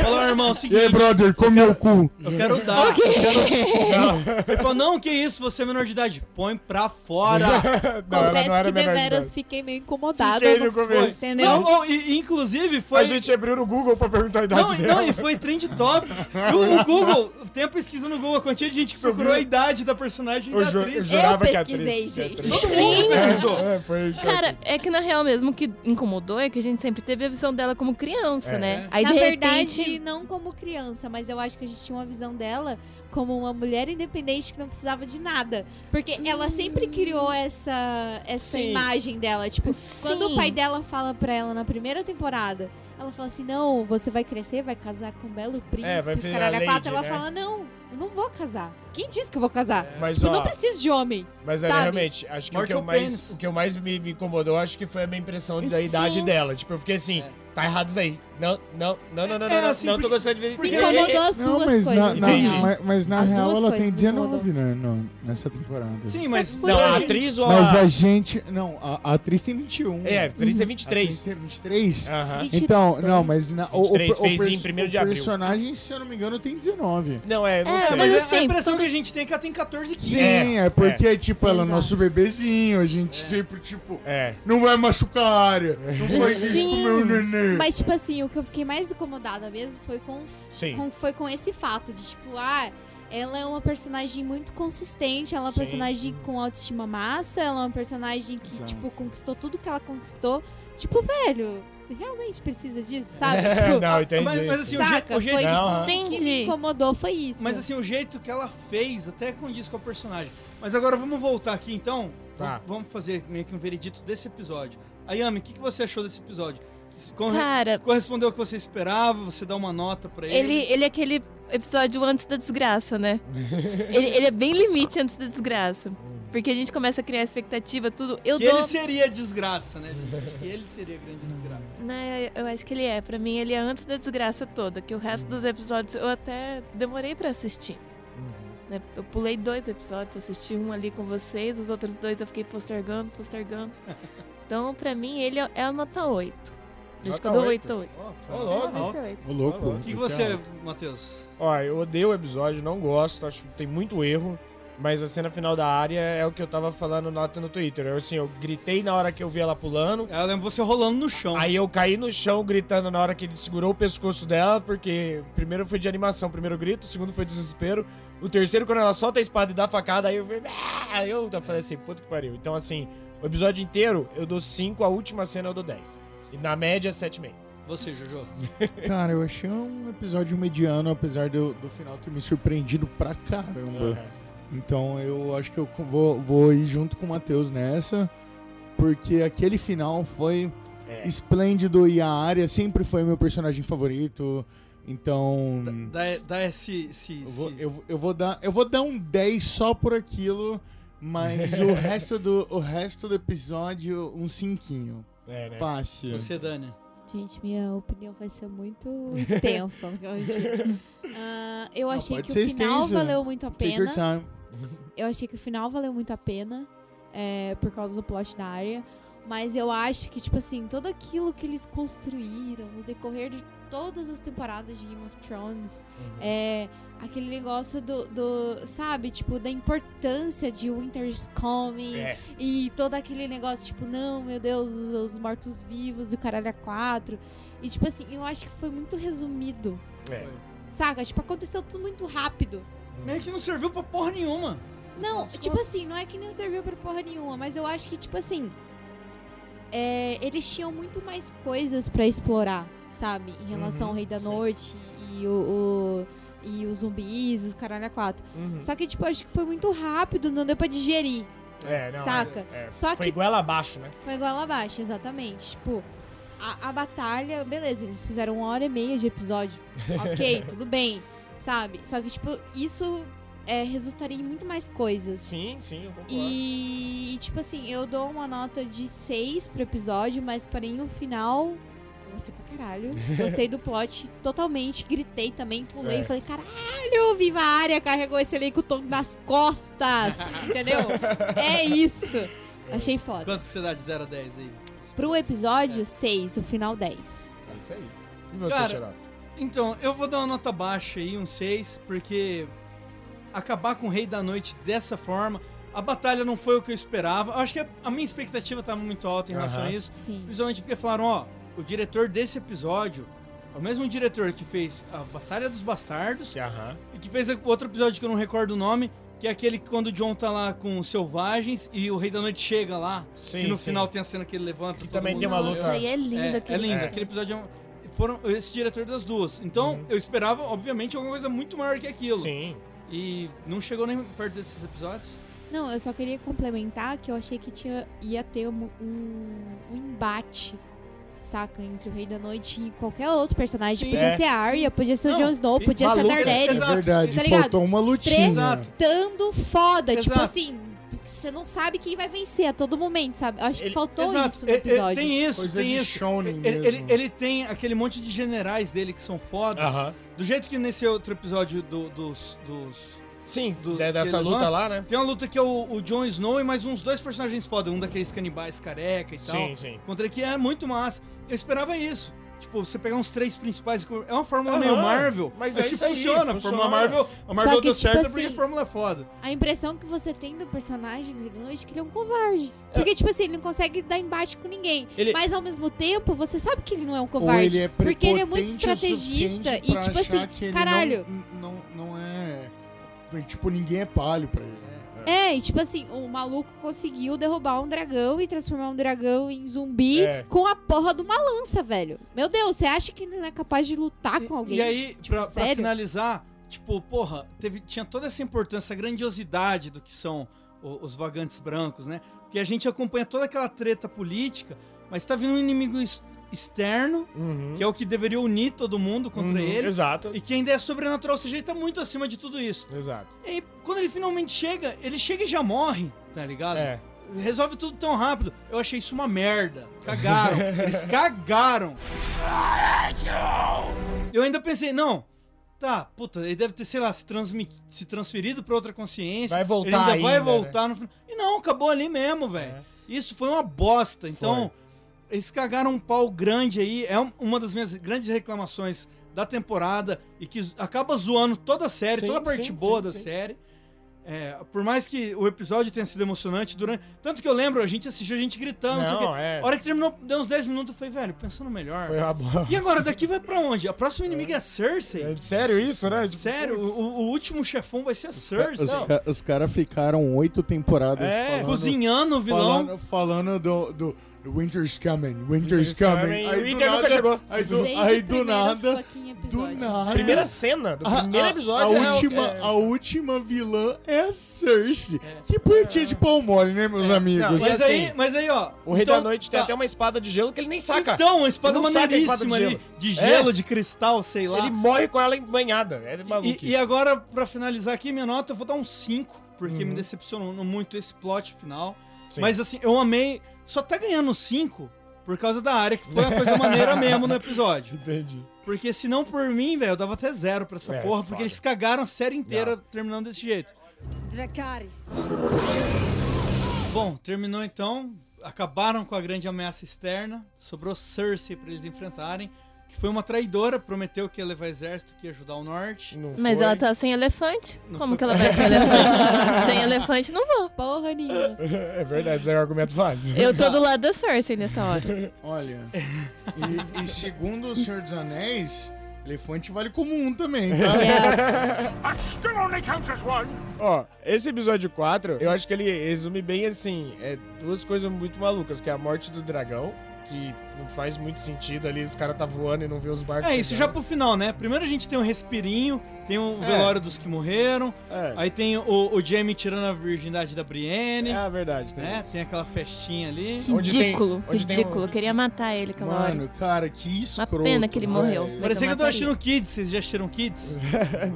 Falou, irmão, é o seguinte.
E aí, brother, come meu cu.
Eu quero dar. Eu quero... Ele falou, não, que isso, você é menor de idade. Põe pra fora.
Não, ela
Confesso
não era
que
menor de
deveras
idade.
fiquei meio incomodada.
Fiquei no
não-
começo.
Não,
Entendeu?
oh, e, e inclusive foi...
A gente abriu no Google pra perguntar a idade
Não, e-
dela.
não, e foi trend topics. O, o Google, tem a pesquisa no Google, a quantia de gente que
Subiu.
procurou a idade da personagem e
Eu,
da
ju- eu
atriz.
jurava que a
pesquisei,
atriz. que a atriz-
gente.
É, foi.
Cara, é que na real mesmo o que incomodou é que a gente sempre teve a visão dela como criança,
É.
né? Aí
Na
de
verdade,
repente,
não como criança, mas eu acho que a gente tinha uma visão dela como uma mulher independente que não precisava de nada. Porque ela sempre criou essa, essa
Hum. Sim.
imagem dela. Tipo, quando
Sim.
o pai dela fala pra ela na primeira temporada, ela fala assim: Não, você vai crescer, vai casar com um belo príncipe,
É, vai
os
virar
caralho a
lady,
quatro. Ela
né? É.
fala: Não, eu não vou casar. Quem disse que eu vou casar?
Mas,
Eu não
ó,
preciso de homem.
mas olha,
sabe?
realmente, acho que o
Morte
que, eu
ao
mais,
pênis.
o que eu mais me, me incomodou, acho que foi a minha impressão da idade dela. Tipo, eu fiquei assim, tá errado isso aí. Não, não, não, não, não,
É,
não,
assim,
não tô
porque-
gostando de ver isso.
porque-
É, é,
Incomodou as
Não,
duas coisas,
mas na,
né?
na,
na
Entendi.
real.
mas, mas na
As
real
duas
ela tem
coisas
19 né, não, nessa temporada.
Sim, mas...
Não, a atriz ou a...
Mas é- a gente. Não, a, a atriz tem 21.
É, a atriz é
Uhum. A atriz
23.
tem 23?
Aham.
Então, não, mas na, o- o,
23
o,
fez
pers-
em 1º
o
de abril.
personagem, se eu não me engano, tem 19.
Não, é, não
É,
sei.
mas
a-
assim,
a impressão que a gente tem é que ela tem 14, 15.
Sim,
É,
é, porque, tipo, ela é
Exato.
nosso bebezinho, a gente sempre, tipo,
É.
não vai machucar a área, não faz isso com o meu
Sim,
neném.
Mas, tipo assim, o que eu fiquei mais incomodada mesmo foi com,
Sim.
com- foi com esse fato de, tipo, ah, ela é uma personagem muito consistente, ela é uma
Sim.
personagem com autoestima massa, ela é uma personagem que,
Exato.
tipo, conquistou tudo que ela conquistou. Tipo, velho, realmente precisa disso, sabe? Tipo,
não, então, entendi.
mas- mas assim, o je-
saca?
o jeito-
Foi
Não,
tipo, o que me
entendi.
incomodou foi isso.
Mas assim, o jeito que ela fez até condiz com o personagem. Mas agora vamos voltar aqui então.
Tá.
V- Vamos fazer meio que um veredito desse episódio. Ayami, o que, que você achou desse episódio? Corre-
cara,
Correspondeu ao que você esperava? Você dá uma nota pra ele?
ele, ele é aquele episódio antes da desgraça, né? ele, ele é bem limite antes da desgraça. Porque a gente começa a criar expectativa, tudo. Eu
Que
dou.
ele seria a desgraça, né? gente? Acho que ele seria a grande desgraça.
Né, eu acho que ele é. Pra mim, ele é antes da desgraça toda. Que o resto dos episódios eu até demorei pra assistir. Né, Eu pulei dois episódios, assisti um ali com vocês, os outros dois eu fiquei postergando, postergando. Então, pra mim, ele é é a nota 8. Acho que eu
Nota
dou
oito?
8 8.
Ó, foi
Ô,
uma
louco.
nota alta.
Ô, louco.
O que, que você, Matheus?
Ó, eu odeio o episódio, não gosto, acho que tem muito erro. Mas a cena final da área é o que eu tava falando na- no Twitter. Eu, assim, eu gritei na hora que eu vi ela pulando.
Eu lembro você rolando no chão.
Aí eu caí no chão gritando na hora que ele segurou o pescoço dela, porque primeiro foi de animação, primeiro grito, o segundo foi desespero, o terceiro quando ela solta a espada e dá a facada, aí eu falei, "Ah!" aí eu falei assim, puta que pariu. Então assim, o episódio inteiro eu dou 5, a última cena eu dou 10. E na média 7,5.
Você, Jojo.
Cara, eu achei um episódio mediano, apesar do, do final ter me surpreendido pra
Uhum.
caramba. Então eu acho que eu co- vou, vou ir junto com o Matheus nessa, porque aquele final foi
É.
esplêndido e a área sempre foi meu personagem favorito. Então.
Hum.
Dá, dá esse. esse,
Eu vou,
esse-
eu, vou- eu vou dar, eu vou dar um 10 só por aquilo, mas o resto do, o resto do episódio, um cinquinho.
É, né?
Fácil.
Você, Dani.
Gente, minha opinião vai ser muito extensa hoje. Ah, eu achei
pode
que o
ser
final
extensa.
valeu muito a
Take your
pena.
time.
Eu achei que o final valeu muito a pena é, por causa do plot da área. Mas eu acho que, tipo assim, tudo aquilo que eles construíram no decorrer de todas as temporadas de Game of Thrones,
Uhum.
é, aquele negócio do, do, sabe, tipo, da importância de Winter's Coming
É.
e todo aquele negócio, tipo, não, meu Deus, os, os mortos-vivos e o caralho a quatro. E, tipo assim, eu acho que foi muito resumido,
É.
saca? Tipo, aconteceu tudo muito rápido.
Meio que não serviu pra porra nenhuma.
Não,
Desculpa.
tipo assim, não é que não serviu pra porra nenhuma, mas eu acho que, tipo assim. é, eles tinham muito mais coisas pra explorar, sabe? Em relação
Uhum,
ao Rei da
sim.
Noite e o. o- e os zumbis, os caralho a quatro.
Uhum.
Só que, tipo, acho que foi muito rápido, não deu pra digerir.
É, não,
Saca?
é, é,
Só
foi
que-
igual abaixo, né?
Foi igual abaixo, exatamente. Tipo, a, a batalha, beleza, eles fizeram uma hora e meia de episódio. Ok, tudo bem, sabe? Só que, tipo, isso é, resultaria em muito mais coisas.
Sim, sim, eu concordo.
E, tipo assim, eu dou uma nota de 6 pro episódio, mas porém o final. eu Gostei pra caralho. Gostei do plot totalmente. Gritei também, pulei
É.
e falei: caralho, viva a área! Carregou esse elenco todo nas costas, entendeu? É isso. Achei foda.
Quanto você dá de 0 a 10 aí?
Pro episódio 6, o final 10.
É isso aí. E você,
Cara,
Xarope?
Então, eu vou dar uma nota baixa aí, um 6, porque acabar com o Rei da Noite dessa forma, a batalha não foi o que eu esperava. Eu acho que a- a minha expectativa estava muito alta em relação a
Aham.
isso.
Sim.
Principalmente porque falaram, ó, o diretor desse episódio é o mesmo diretor que fez a Batalha dos Bastardos
Se aham.
e que fez outro episódio que eu não recordo o nome, que é aquele que quando o John tá lá com os selvagens e o Rei da Noite chega lá,
Sim,
que no
sim.
final tem a cena que ele levanta
Que
todo
também
mundo.
tem uma luta.
Nossa, e é lindo
É,
aquele.
é lindo.
É. Uhum.
Aquele episódio é um- foram esse diretor das duas. Então, eu esperava, obviamente, alguma coisa muito maior que aquilo.
Sim.
E não chegou nem perto desses episódios.
Não, eu só queria complementar que eu achei que tinha, ia ter um, um- um embate, saca? Entre o Rei da Noite e qualquer outro personagem.
Sim.
podia
É.
ser a Arya, podia ser
Não,
o Jon Snow,
e-
podia ser a
maluco,
Daenerys.
É
Exato.
verdade,
Tá ligado?
faltou uma lutinha.
Três-
Exato.
Tando foda, tipo
Exato.
assim, porque você não sabe quem vai vencer a todo momento, sabe? Eu acho que
Ele-
faltou
Exato.
isso no
Ele- ele-
episódio.
tem isso,
Coisa
tem
de
isso.
shounen
Ele, ele-
mesmo.
ele tem aquele monte de generais dele que são fodas.
Aham.
Do jeito que nesse outro episódio do- dos, dos-
Sim,
Do-
de- dessa
que ele
luta
levanta.
lá, né?
Tem uma luta que é o, o Jon Snow e mais uns dois personagens foda. Um daqueles canibais careca e tal.
Sim, sim.
Contra que é muito massa. Eu esperava isso. Tipo, você pegar uns três principais. e co- É uma fórmula meio
Aham,
Marvel.
mas
Mas
é
que
isso aí,
funciona. A fórmula
funciona.
Marvel, a Marvel
Só que,
deu
tipo
certo porque
assim,
a fórmula é foda.
A impressão que você tem do personagem do Rei da Noite é que ele é um covarde. Porque, tipo assim, ele não consegue dar embate com ninguém.
Ele-
Mas ao mesmo tempo, você sabe que ele não é um
Ou
covarde.
ele é
porque ele é muito
prepotente o
estrategista.
suficiente
E,
pra
tipo
achar
assim,
que ele
caralho.
Não, não, não é. Tipo, ninguém é palho pra ele.
É, e tipo assim, o maluco conseguiu derrubar um dragão e transformar um dragão em zumbi
É.
com a porra de uma lança, velho. Meu Deus, você acha que ele não é capaz de lutar com
E,
alguém? tipo,
e aí, pra, pra
sério?
finalizar, tipo, porra, teve, tinha toda essa importância, a grandiosidade do que são o- os vagantes brancos, né? Porque a gente acompanha toda aquela treta política, mas tá vindo um inimigo ex- externo, que é o que deveria unir todo mundo contra
Uhum,
ele.
Exato.
E que ainda é sobrenatural, ou seja, ele tá muito acima de tudo isso.
Exato.
E aí, quando ele finalmente chega, ele chega e já morre, tá ligado?
É.
Resolve tudo tão rápido. Eu achei isso uma merda. Cagaram. Eles cagaram. Eu ainda pensei, não. Tá, puta, ele deve ter, sei lá, se, transmi- se transferido pra outra consciência.
Vai voltar
Ele ainda, vai
ainda, né? É.
voltar no final. E não, acabou ali mesmo, velho. Isso foi uma bosta. Então, eles cagaram um pau grande aí. É um- uma das minhas grandes reclamações da temporada e que z- acaba zoando toda a série,
Sim,
toda a parte
sim,
boa
sim,
da
sim.
série. É, por mais que o episódio tenha sido emocionante durante. Tanto que eu lembro, a gente assistiu a gente gritando. não sei o
Não,
quê.
é.
A hora que terminou, deu uns 10 minutos, eu falei, velho, pensando melhor.
Foi uma boa.
E agora, daqui vai pra onde? A próxima inimiga é a Cersei?
É Sério isso, né? Tipo,
Sério, o, o último chefão vai ser a Cersei.
Os,
Não,
ca- os caras ficaram oito temporadas
É,
falando,
Cozinhando o vilão.
falando, falando do, do Winter's Coming, Winter's,
Winter's
Coming.
coming.
Aí
O
do
Winter nunca chegou.
Aí do,
Desde
aí
o
do
primeiro
nada.
fucking
Do
episódio.
nada.
É.
Primeira cena do
A-
primeiro
a-
episódio.
A,
é o-
última,
é-
a última vilã é a Cersei. Que bonitinha de pau mole, né, meus amigos?
Não,
Mas,
assim,
aí, mas aí, ó.
O Rei da
então-
Noite tem
tá.
até uma espada de gelo que ele nem saca.
Então, uma espada
Ele não saca a
maneiríssima
espada de
ali.
gelo.
De
É.
gelo, de cristal, sei lá.
Ele morre com ela embanhada. É maluco.
E, e agora, pra finalizar aqui minha nota, eu vou dar um 5, porque me decepcionou muito esse plot final.
Uhum. Sim.
Mas assim, eu amei. Só tá ganhando 5 por causa da área, que foi a coisa maneira mesmo no episódio.
Entendi.
Porque se não por mim, velho, eu dava até zero pra essa
É,
porra,
foda.
porque eles cagaram a série inteira terminando desse jeito.
Dracarys.
Bom, terminou então. Acabaram com a grande ameaça externa. Sobrou Cersei pra eles enfrentarem. Que foi uma traidora, prometeu que ia levar exército, que ia ajudar o norte.
Não
Mas
foi.
ela tá sem elefante.
Não
Como
foi.
que ela vai sem elefante? sem elefante não vou.
Porra nenhuma.
É verdade, isso é um argumento válido.
Eu tô do lado da Cersei nessa hora.
Olha, e, e segundo o Senhor dos Anéis, elefante vale como um também, tá?
That still only counts as one!
Ó, esse episódio 4, eu acho que ele resume bem assim: é duas coisas muito malucas, que é a morte do dragão, que não faz muito sentido ali, os caras tá voando e não vê os barcos.
É isso, já pro final, né? Primeiro a gente tem um respirinho, tem o velório dos que morreram,
É.
aí tem o, o Jamie tirando a virgindade da Brienne,
É a verdade, tem.
né?
isso.
Tem aquela festinha ali.
Onde tem-
Ridículo,
onde tem
ridículo.
um-
Queria matar ele aquela hora.
Mano, cara, que
Uma
escroto.
pena que ele
velho.
morreu. mas
Parecia que eu tô
mataria.
achando Kids, vocês já assistiram Kids?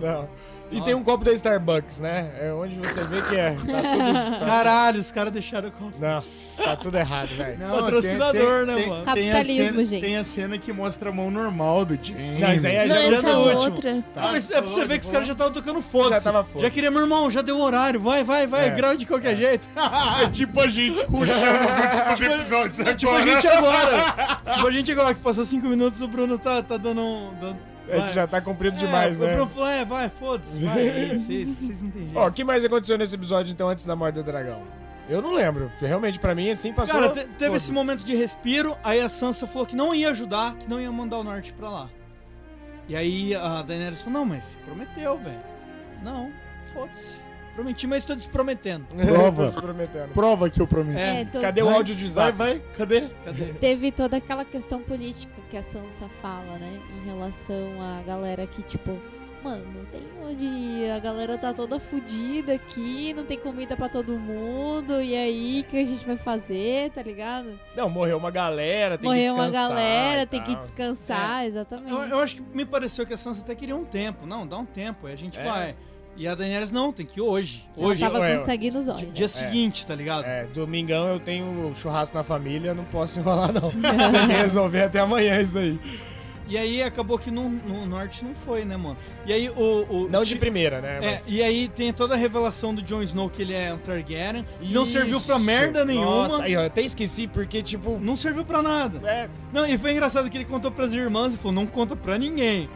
não. E tem um copo da Starbucks, né? É onde você vê que é. Tá tudo, tá-
Caralho, os caras deixaram o copo.
nossa, tá tudo errado, velho.
Não,
Patrocinador, né, mano?
a
Capitalismo,
cena,
gente.
Tem a cena que mostra a mão normal do James.
Não, isso aí é
Não,
já
essa é
no último.
outra.
Ah, mas é pra você ver que os caras já estavam tocando foda.
Já tava foda-se.
Já queria, meu irmão, já deu o horário. Vai, vai, vai.
É.
Grava de qualquer jeito.
Ah,
tipo a gente puxando os últimos episódios agora.
tipo a gente agora. tipo a gente agora, que passou cinco minutos, o Bruno tá, tá dando um. Dando...
É que
vai.
já tá comprido demais,
O
né?
Bruno falou, é, vai, foda-se. Vai, é, vocês vocês não tem jeito.
Ó, o que mais aconteceu nesse episódio, então, antes da morte do dragão? Eu não lembro. Realmente, pra mim, assim, passou...
Cara, te- teve esse
Foda-se.
momento de respiro, aí a Sansa falou que não ia ajudar, que não ia mandar o norte pra lá. E aí a Daenerys falou, não, mas você prometeu, velho. Não, foda-se. Prometi, mas tô desprometendo.
Prova.
Tô te prometendo.
Prova que eu prometi.
É,
É, tô-
Cadê o
Vai,
áudio de
Vai,
zap?
vai, cadê?
cadê?
Teve toda aquela questão política que a Sansa fala, né? Em relação à galera que, tipo, mano, não tem onde ir. A galera tá toda fodida aqui, não tem comida pra todo mundo. E é aí, o que a gente vai fazer, tá ligado?
Não, morreu uma galera, tem que
Morreu uma
descansar.
galera,
e
tem que
tal.
descansar, exatamente.
É. Eu, eu acho que me pareceu que a Sansa até queria um tempo. Não, dá um tempo, aí a gente
É.
vai. E a Daenerys, não, tem que ir hoje.
Ela
Hoje,
tava
ué,
com sangue nos
di-
olhos.
é. dia seguinte, tá ligado?
É, domingão eu tenho churrasco na família, não posso enrolar, não. tem que resolver até amanhã isso daí.
E aí acabou que no, no norte não foi, né, mano? E aí o. o
Não de
Ti-
primeira, né?
É,
mas-
e aí tem toda a revelação do Jon Snow que ele é um Targaryen. e Não
Isso.
serviu pra merda nenhuma.
Nossa, aí, ó, eu até esqueci, porque, tipo...
Não serviu pra nada.
É,
Não, e foi engraçado que ele contou pras irmãs e falou, não conta pra ninguém.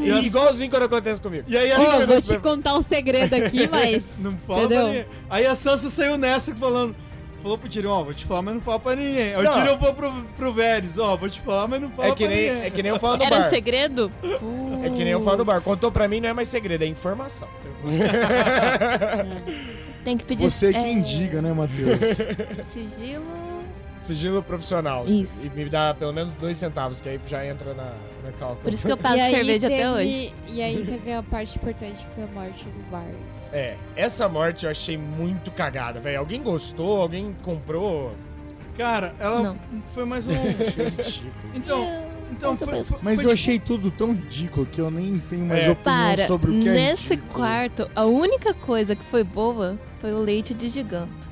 e
as-
igualzinho quando acontece comigo.
E aí a
Cinco
Ó, vou
minutos
te contar um segredo aqui, mas.
Não fala
Entendeu?
pra ninguém. Aí a Sansa saiu nessa falando. Falou pro Tyrion, ó, vou te falar, mas não fala pra ninguém. Aí o
Não.
Tyrion falou pro, pro Varys, ó, vou te falar, mas não fala
É que,
pra
nem,
ninguém.
é que nem eu falo no
Era
bar.
segredo?
É que nem eu falo no bar. Contou pra mim, não é mais segredo, é informação.
Tem que pedir
Você é
é,
quem diga, né, Matheus?
sigilo.
Sigilo profissional.
Isso.
E me dá pelo menos dois centavos, que aí já entra na, na cálculo.
Por isso que eu pago
E aí
Tá cerveja até
teve-
hoje.
E aí teve a parte importante que foi a morte do Varys.
É, essa morte eu achei muito cagada, velho. Alguém gostou, alguém comprou.
Cara, ela
Não.
foi mais um... então, então
mais ou
foi,
menos.
foi-
Mas
foi de-
eu achei tudo tão ridículo que eu nem tenho mais
É.
opinião
Para,
sobre o que é
nesse
ridículo.
quarto, a única coisa que foi boa foi o leite de giganto.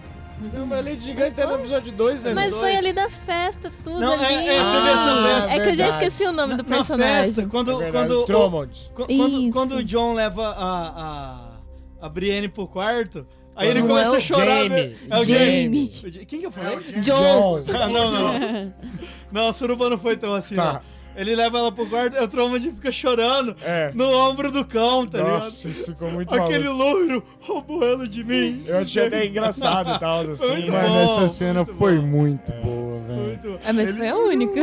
Não, mas Lady Gigante tá no episódio 2, né?
Mas
Dudu?
foi ali da festa, tudo
Não,
ali.
é- é, teve essa festa,
É que eu já
verdade.
esqueci o nome do
Na
personagem.
festa, quando,
É verdade,
quando, o,
Drummond.
qu- quando,
Isso.
quando o John leva a, a, a Brienne pro quarto, aí ele
Não
começa
é o
a chorar.
Jaime.
velho. É o
Jamie.
Jaime. Quem que eu falei?
John.
Ah, não, não. Não, a suruba não foi tão assim,
Tá.
não. Ele leva ela pro quarto, o Drummond fica chorando
É.
no ombro do cão, tá
Nossa,
ligado?
isso ficou muito
Aquele
maluco. É.
loiro roubou ela de mim.
Eu achei até engraçado e tal, assim.
muito
mas-
Mano,
bom,
essa cena
muito
foi muito
É,
boa, velho.
Muito.
Ah, mas foi a única.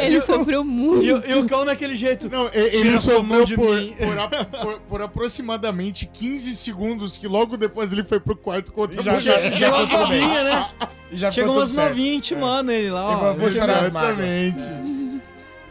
Ele sofreu muito.
E, o- e o cão naquele jeito.
Não, e- ele
Tira sua mão
sofreu
de mim.
por, por, a- por- por aproximadamente 15 segundos, que logo depois ele foi pro quarto com outra
Já-
mulher.
já- já-
Chegou umas
tudo bem.
novinhas, né?
E já
Chegou
ficou
umas
tudo certo.
novinhas intimando ele lá, ó.
Eu vou chorar as mágoas.
Exatamente.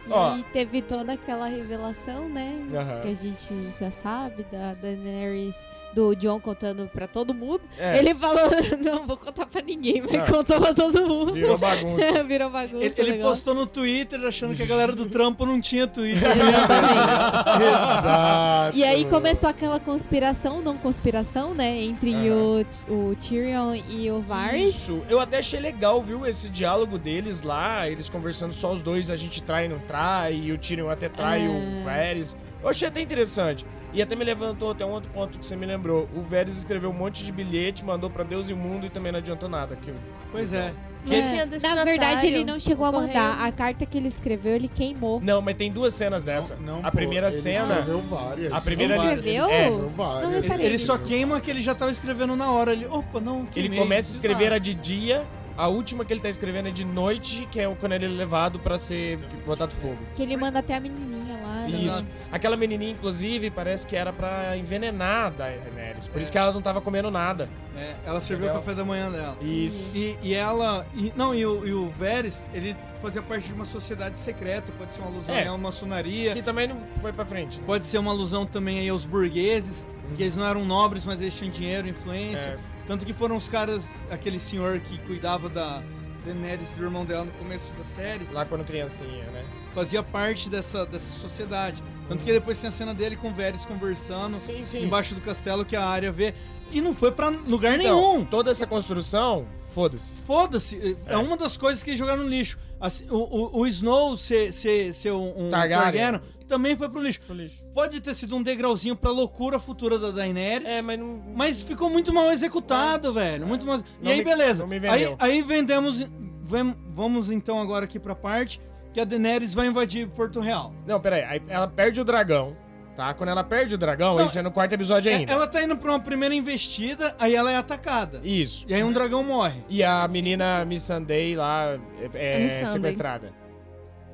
E
Ó.
aí teve toda aquela revelação, né?
Aham.
Que a gente já sabe, da Daenerys, do John contando pra todo mundo.
É.
Ele falou, não vou contar pra ninguém, mas
É.
contou pra todo mundo.
Virou bagunça.
Virou bagunça.
Ele, ele
o negócio.
postou no Twitter achando que a galera do trampo não tinha Twitter. né?
Exato.
E aí começou aquela conspiração, não conspiração, né? Entre o, o Tyrion e o Varys.
Isso, eu até achei legal, viu, esse diálogo deles lá, eles conversando só os dois, a gente trai e não trai, e o Tyrion até trai
É.
o Varys. Eu achei até interessante. E até me levantou até um outro ponto que você me lembrou. O Varys escreveu um monte de bilhete, mandou pra Deus e o mundo e também não adiantou nada. Que...
pois é.
Não tinha
É, Na
destinatário.
verdade, ele não chegou a
Correio.
mandar. A carta que ele escreveu, ele queimou.
Não, mas tem duas cenas dessa. a
pô,
primeira
ele
cena.
escreveu várias.
A primeira-
São várias.
Escreveu?
É,
São várias.
Não
Ele,
reparei.
ele só queima que ele já tava escrevendo na hora. Ele, opa, não,
Ele
queimei.
começa a escrever
Ah.
a de dia, a última que ele tá escrevendo é de noite, que é quando ele é levado pra ser botado fogo.
Que ele manda até a menininha lá. né?
Isso. Aquela menininha, inclusive, parece que era pra envenenar a Daenerys. Por isso que ela não tava comendo nada.
É, ela serviu
Legal.
o café da manhã dela.
Isso.
E, e ela. e- não, e o, e o Varys, ele fazia parte de uma sociedade secreta. Pode ser uma alusão
É.
à maçonaria.
Que também não foi pra frente. né?
Pode ser uma alusão também aí aos burgueses, que eles não eram nobres, mas eles tinham dinheiro,
É.
influência. Tanto que foram os caras, aquele senhor que cuidava da Daenerys e do irmão dela no começo da série,
Lá quando criancinha, né?
fazia parte dessa, dessa sociedade. Tanto que depois tem a cena dele com o Varys conversando
Sim, sim.
embaixo do castelo que a área vê. E não foi pra lugar
Então,
nenhum.
toda essa construção, foda-se.
Foda-se, é uma das coisas que jogaram no lixo. Assim, o, o, o Snow ser, ser, ser um, um
Targaryen.
também foi pro lixo.
Pro lixo.
Pode ter sido um degrauzinho pra loucura futura da Daenerys.
É, mas não.
Mas ficou muito mal executado, velho. Muito mal. E
Não
aí,
me-
beleza.
não me
aí,
vendeu.
aí vendemos. vem- vamos então agora aqui pra parte que a Daenerys vai invadir Porto Real.
Não, peraí. Aí ela perde o dragão, tá? Quando ela perde o dragão, isso é no quarto episódio
É,
ainda.
Ela tá indo pra uma primeira investida, aí ela é atacada. E,
Isso.
aí um dragão morre.
E a menina Miss Sunday lá
A Miss
é, é
Sunday.
sequestrada.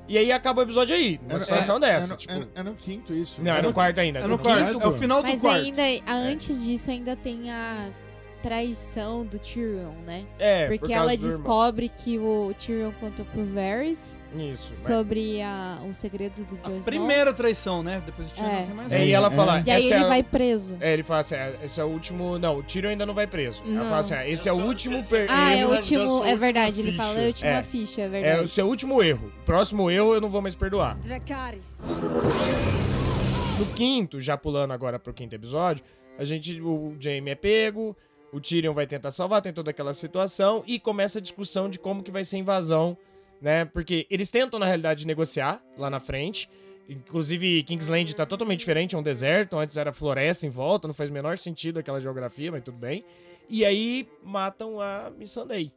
E aí acaba o episódio aí, numa
Era-
situação
é-
dessa.
era-
tipo,
era- era no quinto isso.
não, é no quarto ainda.
É no quarto.
quinto,
É o final do
Mas
quarto.
ainda, a-
É.
antes disso, ainda tem a traição do Tyrion, né?
É, por
Porque
causa
ela
do irmão.
descobre que o Tyrion contou pro Varys
Isso. mas-
sobre a- o segredo do Jon Snow.
Primeira traição, né? Depois de tirar, não tem mais
É, e
nada.
ela fala.
E aí
"Essa
ele
é a-
vai preso.
É, ele fala assim, "Ah, esse é o último... Não, o Tyrion ainda não vai preso. Ela
Não.
fala assim, "Ah, esse é o último... Per...
Ah, é
ele
o
vai dar sua
último. É
última
verdade, ele
ficha.
fala, é a última
É.
ficha, é
É o
verdade.
seu último erro. Próximo erro eu não vou mais perdoar.
Dracarys.
No quinto, já pulando agora pro quinto episódio, a gente. O Jamie é pego, o Tyrion vai tentar salvar, tem toda aquela situação, e começa a discussão de como que vai ser a invasão, né? Porque eles tentam, na realidade, negociar lá na frente. Inclusive, Kingsland tá totalmente diferente, é um deserto, antes era floresta em volta, não faz o menor sentido aquela geografia, mas tudo bem. E aí matam a Missandei.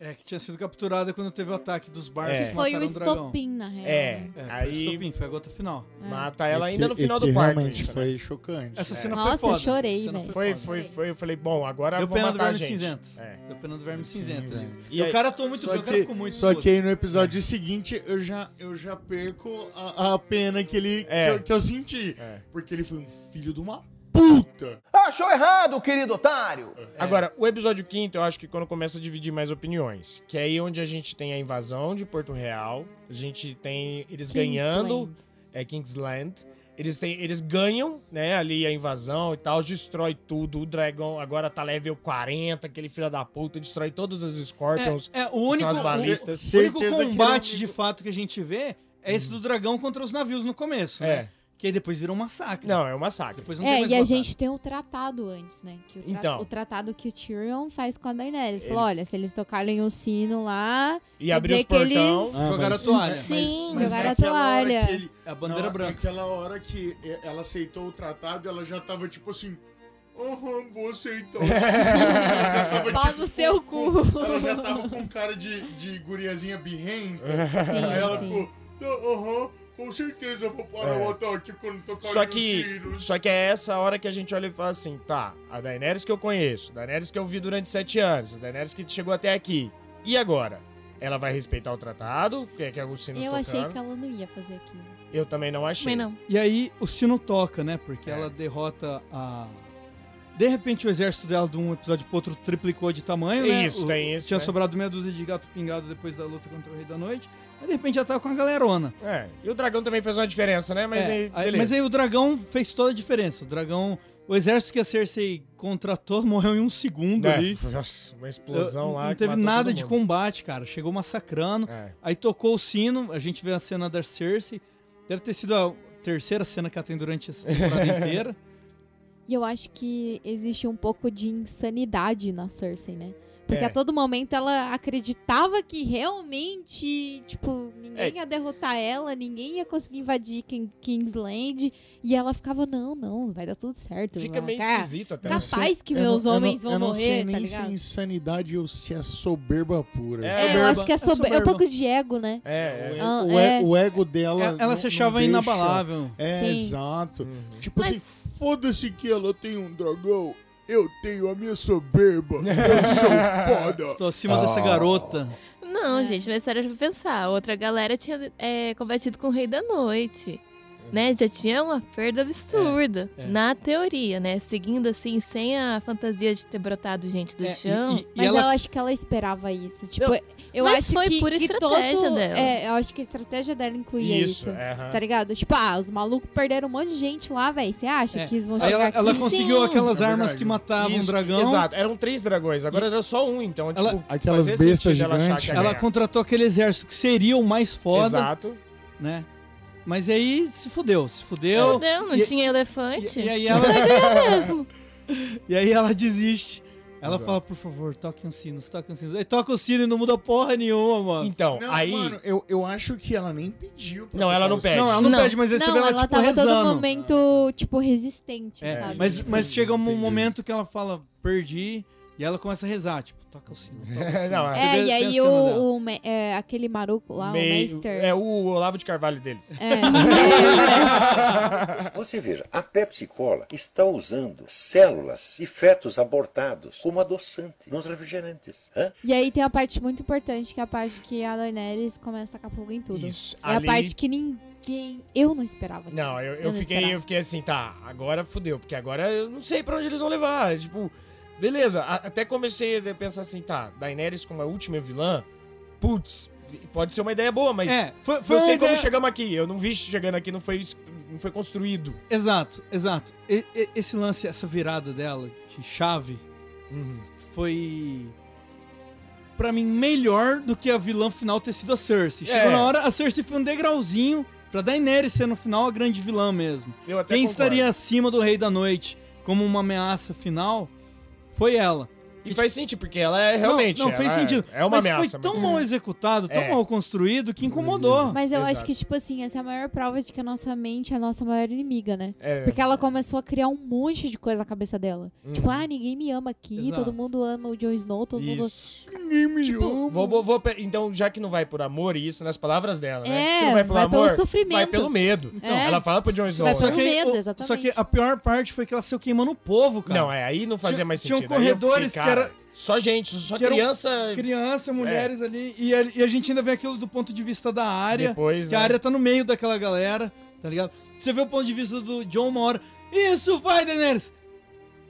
É, que tinha sido capturada quando teve o ataque dos barcos
É.
que
Foi o
mataram o dragão.
estopim, na real.
É,
né?
É, foi o
aí
estopim, foi a gota final.
mata ela
E
ainda
que-
no
e
final
que
do quarto.
Realmente
isso, né?
foi chocante.
Essa cena foi
Nossa, eu
foda.
chorei,
Essa cena
velho.
Foi,
foda.
foi, foi. Eu falei, bom, agora
Deu
vão
pena do
matar a
verme
gente.
cinzento.
É.
Deu pena do verme
Sim,
cinzento.
velho.
ali.
E
E o
aí-
cara atuou muito
Só
bem, o cara
que,
ficou muito
só
puto.
que aí no episódio seguinte eu já, eu já perco a, a pena que ele
É.
que, eu, que eu senti.
É.
Porque ele foi um filho de uma puta.
Achou errado, querido otário!
É. Agora, o episódio quinto, eu acho que quando começa a dividir mais opiniões. Que é aí onde a gente tem a invasão de Porto Real, a gente tem eles ganhando. É Kingsland. Eles, têm, eles ganham, né, ali a invasão e tal, destrói tudo. O dragão agora tá level 40, aquele filho da puta, destrói todas as Scorpions.
É, é, o
que
único,
São as
o-
balistas.
o único
Certeza que era
combate
um-
de fato que a gente vê é esse do dragão contra os navios no começo, né?
Uhum. É.
Que aí depois virou um massacre.
Não, é um massacre.
Depois não tem
É,
mais
e a
massacre.
gente tem o tratado antes, né? Que o, tra-
Então.
o tratado que o Tyrion faz com a Daenerys. Falou, olha, se eles tocarem o sino lá...
E
quer
abrir os
dizer que eles-
portão.
Jogaram a toalha.
Sim, jogaram a
naquela hora
toalha.
que ele-
É a bandeira
na-
branca.
Naquela hora que e- ela aceitou o tratado, ela já tava tipo assim. Aham, vou aceitar. Ela já tava, tipo
Pau no seu cu.
Ela já tá tava com cara de, de guriazinha birrenta.
Sim,
Aí ela
sim.
ficou, "Tá, aham, com certeza eu vou parar o ataque quando tocar
Só
os
que,
tiros."
só que é essa hora que a gente olha e fala assim, tá, a Daenerys que eu conheço, a Daenerys que eu vi durante sete anos, a Daenerys que chegou até aqui. E agora? Ela vai respeitar o tratado, que é que alguns sinos
Eu achei
tocaram.
que ela não ia fazer aquilo.
Eu também não achei.
Mas não.
E aí o sino toca, né? Porque
É.
ela derrota a. De repente o exército dela de um episódio pro outro triplicou de tamanho, né?
Isso,
O-
tem isso,
Tinha
né?
sobrado meia dúzia de gato pingado depois da luta contra o Rei da Noite. Mas de repente já tava com a galerona.
É, e o dragão também fez uma diferença, né? Mas
É,
aí,
aí-
beleza.
mas aí o dragão fez toda a diferença. O dragão. O exército que a Cersei contratou morreu em um segundo
É,
ali.
nossa, uma explosão
Eu-
lá.
Não
que
teve
matou
nada
todo
de
mundo.
combate, cara. Chegou massacrando.
É.
Aí tocou o sino, a gente vê a cena da Cersei. Deve ter sido a terceira cena que ela tem durante essa temporada inteira.
E eu acho que existe um pouco de insanidade na Cersei, né? Porque
É.
a todo momento ela acreditava que realmente, tipo, ninguém
É.
ia derrotar ela, ninguém ia conseguir invadir King- Kingsland. E ela ficava, não, não, vai dar tudo certo.
Fica meio
Cara,
esquisito né?" até.
capaz que meus homens vão morrer, tá
se é
ligado?
insanidade ou se é soberba pura.
É,
É, eu
soberba.
acho que é,
É
sober- é um
soberba.
pouco de ego, né?
É, é.
Ah,
o, e-
é.
o ego dela.
Ela,
não-
se
não
achava
deixa.
inabalável.
É,
Sim.
exato. Tipo assim,
Mas-
foda-se que ela tem um dragão, eu tenho a minha soberba, eu sou foda.
Estou
Ah.
acima dessa garota.
Não,
É.
gente, mas sério pra pensar. Outra galera tinha é, combatido com o Rei da Noite.
Uhum.
Né? Já tinha uma perda absurda.
É, é.
Na teoria, né? Seguindo assim, sem a fantasia de ter brotado gente do
É, e-
chão.
e- e
Mas
ela-
eu acho que ela esperava isso. Tipo, eu
mas
acho
foi
que,
pura
que
estratégia
todo-
dela.
É, eu acho que a estratégia dela incluía
Isso,
isso.
é.
aham.
Tá ligado? Tipo, ah, os malucos perderam um monte de gente lá, velho. Você acha
É.
que eles vão
Aí
chegar
ela,
aqui?
ela conseguiu
Sim.
aquelas
É
armas
verdade.
que matavam
Isso,
um dragão.
Exato, eram três dragões, agora era só um, então,
Ela-
tipo,
Aquelas
fazia
bestas
sentido ela achar que
gigantes.
ia
Ela
ganhar.
né? contratou aquele exército que seria o mais foda,
Exato.
né? Mas aí se fudeu, se fudeu.
Fudeu, não
E-
tinha elefante.
e- e aí ela-
Mas é mesmo.
E aí ela desiste. Ela
Exato.
fala, por favor, toque um sino, toque um sino. Aí toca o sino e não muda porra nenhuma, mano.
Então,
Não,
aí.
mano, eu, eu acho que ela nem pediu. pra assim.
Não, ela
tocar
não
o
pede.
Não, ela não,
Não.
pede, mas aí você
Não,
vê ela,
ela
tipo,
tava todo
rezando.
momento, tipo, resistente,
É,
sabe?
mas, mas chega um
Entendi.
momento que ela fala, perdi, e ela começa a rezar, tipo, toca o sino, toca o sino.
Não,
Você
É,
vê-
e
tem a
aí
cena dela.
o, o me- é, aquele maruco lá, o
meio-
Meister.
É o Olavo de Carvalho deles.
É.
Você veja, a Pepsi Cola está usando células e fetos abortados como adoçante nos refrigerantes. Hã?
E aí tem a parte muito importante, que é a parte que a Daenerys começa a tacar fogo em tudo.
Isso,
é
ali-
a parte que ninguém... Eu não esperava.
Não, eu, eu
Eu não
fiquei,
esperava.
eu fiquei assim, tá, agora fudeu, porque agora eu não sei pra onde eles vão levar. Tipo, beleza, a- até comecei a pensar assim, tá, Daenerys como a última vilã, putz, pode ser uma ideia boa, mas
É, foi, foi
eu
uma
sei
ideia...
como chegamos aqui, eu não vi chegando aqui, não foi, es- não foi construído.
Exato, exato. E- e- esse lance, essa virada dela de chave hum, foi... Pra mim, melhor do que a vilã final ter sido a Cersei. Chegou
É.
na hora, a Cersei foi um degrauzinho pra Daenerys ser no final a grande vilã mesmo.
Eu até
Quem
concordo.
estaria acima do Rei da Noite como uma ameaça final foi ela.
E faz sentido, porque ela é realmente.
Não, não fez
ela é-
sentido.
É uma
Mas
ameaça.
foi tão
mas-
mal executado, tão
É.
mal construído que incomodou.
Mas eu acho
Exato.
que, tipo assim, essa é a maior prova de que a nossa mente é a nossa maior inimiga, né?
É. Uhum.
Porque ela começou a criar um monte de coisa na cabeça dela. Tipo, ah, ninguém me ama aqui,
Exato.
todo mundo ama o Jon Snow, todo mundo...
Isso.
Ninguém me
tipo,
ama.
Vou, vou- vou pe- então, já que não vai por amor, e isso nas palavras dela, né?
É,
Se não vai pelo
vai pelo
amor, vai
sofrimento.
pelo medo.
Então,
É.
Ela fala pro Jon Snow.
Vai pelo
né?
medo,
o-
exatamente.
Só que a pior parte foi que ela saiu queimando o povo, cara.
Não, é, aí não fazia
Tinha-
mais
tinham
sentido. Aí eu
corredores
fiquei,
que
cara,
era- um
Só gente, só
Que eram
criança. É.
Criança, mulheres ali. E a, e a gente ainda vê aquilo do ponto de vista da área.
Depois,
que
né?
a área tá no meio daquela galera, tá ligado? Você vê o ponto de vista do John uma hora. Isso, vai, Daenerys!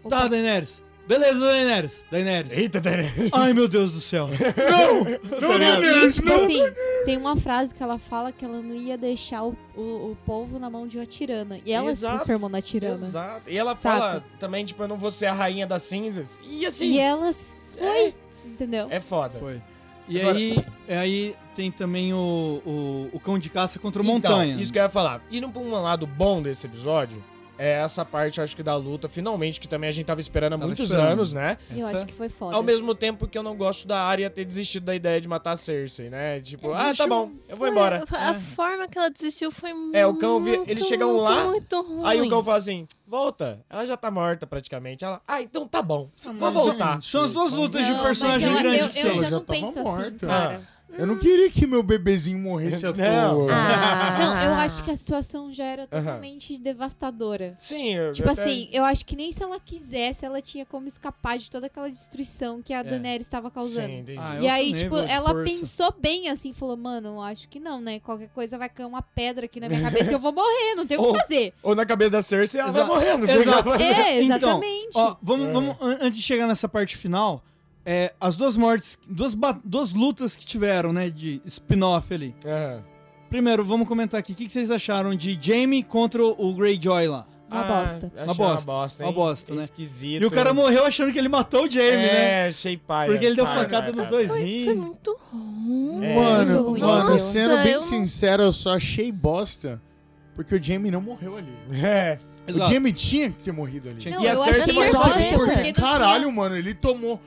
Tá, Daenerys. Beleza, Daenerys. Daenerys.
Eita, Daenerys.
Ai, meu Deus do céu. não!
Tá
Não,
Não,
Daenerys.
e, tipo assim, tem uma frase que ela fala que ela não ia deixar o, o, o povo na mão de uma tirana. E ela
Exato,
se transformou na tirana.
Exato. E ela
Saca?
fala também, tipo, eu não vou ser a rainha das cinzas. E assim,
E
é-
ela s- foi, entendeu?
é foda.
Foi. E
Agora-
aí, é aí tem também o, o, o cão de caça contra o
Então,
montanha.
Isso que eu ia falar. Indo pra um lado bom desse episódio, é essa parte, acho que, da luta, finalmente, que também a gente tava esperando há
Tava
muitos
esperando.
anos, né?
Eu
Essa-
acho que foi foda.
Ao mesmo tempo que eu não gosto da área ter desistido da ideia de matar a Cersei, né? Tipo, ah,
deixa
tá
eu-
bom, eu vou embora.
A forma que ela desistiu foi muito.
É, o cão, vi- eles chegam
muito,
lá,
Muito ruim.
aí o cão fala assim, volta, ela já tá morta praticamente. Ela, ah, então tá bom, vou voltar.
São as duas
tipo
lutas
Não,
de
mas
personagem
eu-
grande
eu-
que
eu
são.
já não
tava
penso assim,
morta.
cara.
Eu não queria que meu bebezinho morresse à
Não.
Ah,
Ah.
toa.
Ah.
Não, eu acho que a situação já era totalmente devastadora.
Sim, eu
Tipo
até-
assim, eu acho que nem se ela quisesse, ela tinha como escapar de toda aquela destruição que a Daenerys estava causando.
É. Sim, entendi.
Ah, é
e
outro
aí,
nível
tipo,
de
ela
força.
pensou bem assim, falou, mano, eu acho que não, né? Qualquer coisa vai cair uma pedra aqui na minha cabeça e eu vou morrer, não tem o
Ou-
que fazer.
Ou na cabeça da Cersei, ela vai
Exato.
morrendo.
Exato.
É,
Então,
exatamente.
ó,
É.
vamos, vamos, an- antes de chegar nessa parte final, é, as duas mortes, duas, ba- duas lutas que tiveram, né, de spin-off ali.
Aham.
Primeiro, vamos comentar aqui, o que que vocês acharam de Jamie contra o Greyjoy lá?
Uma
Ah,
bosta.
achei
Uma bosta, uma
hein?
bosta, né?
Esquisito.
E o cara morreu achando que ele matou o Jamie, né?
Então. É, achei pai.
Porque ele deu facada nos dois É.
Foi
rins.
muito
É,
ruim.
Mano,
Muito
mano,
horrível.
sendo
Nossa,
bem
eu não-
sincero, eu só achei bosta porque o Jamie não morreu ali.
É.
Exato.
O Jamie tinha que ter morrido ali.
Não,
E a
eu
Cersei
achei
foi
bosta,
sozinha,
porque não tinha-
Caralho, mano, ele tomou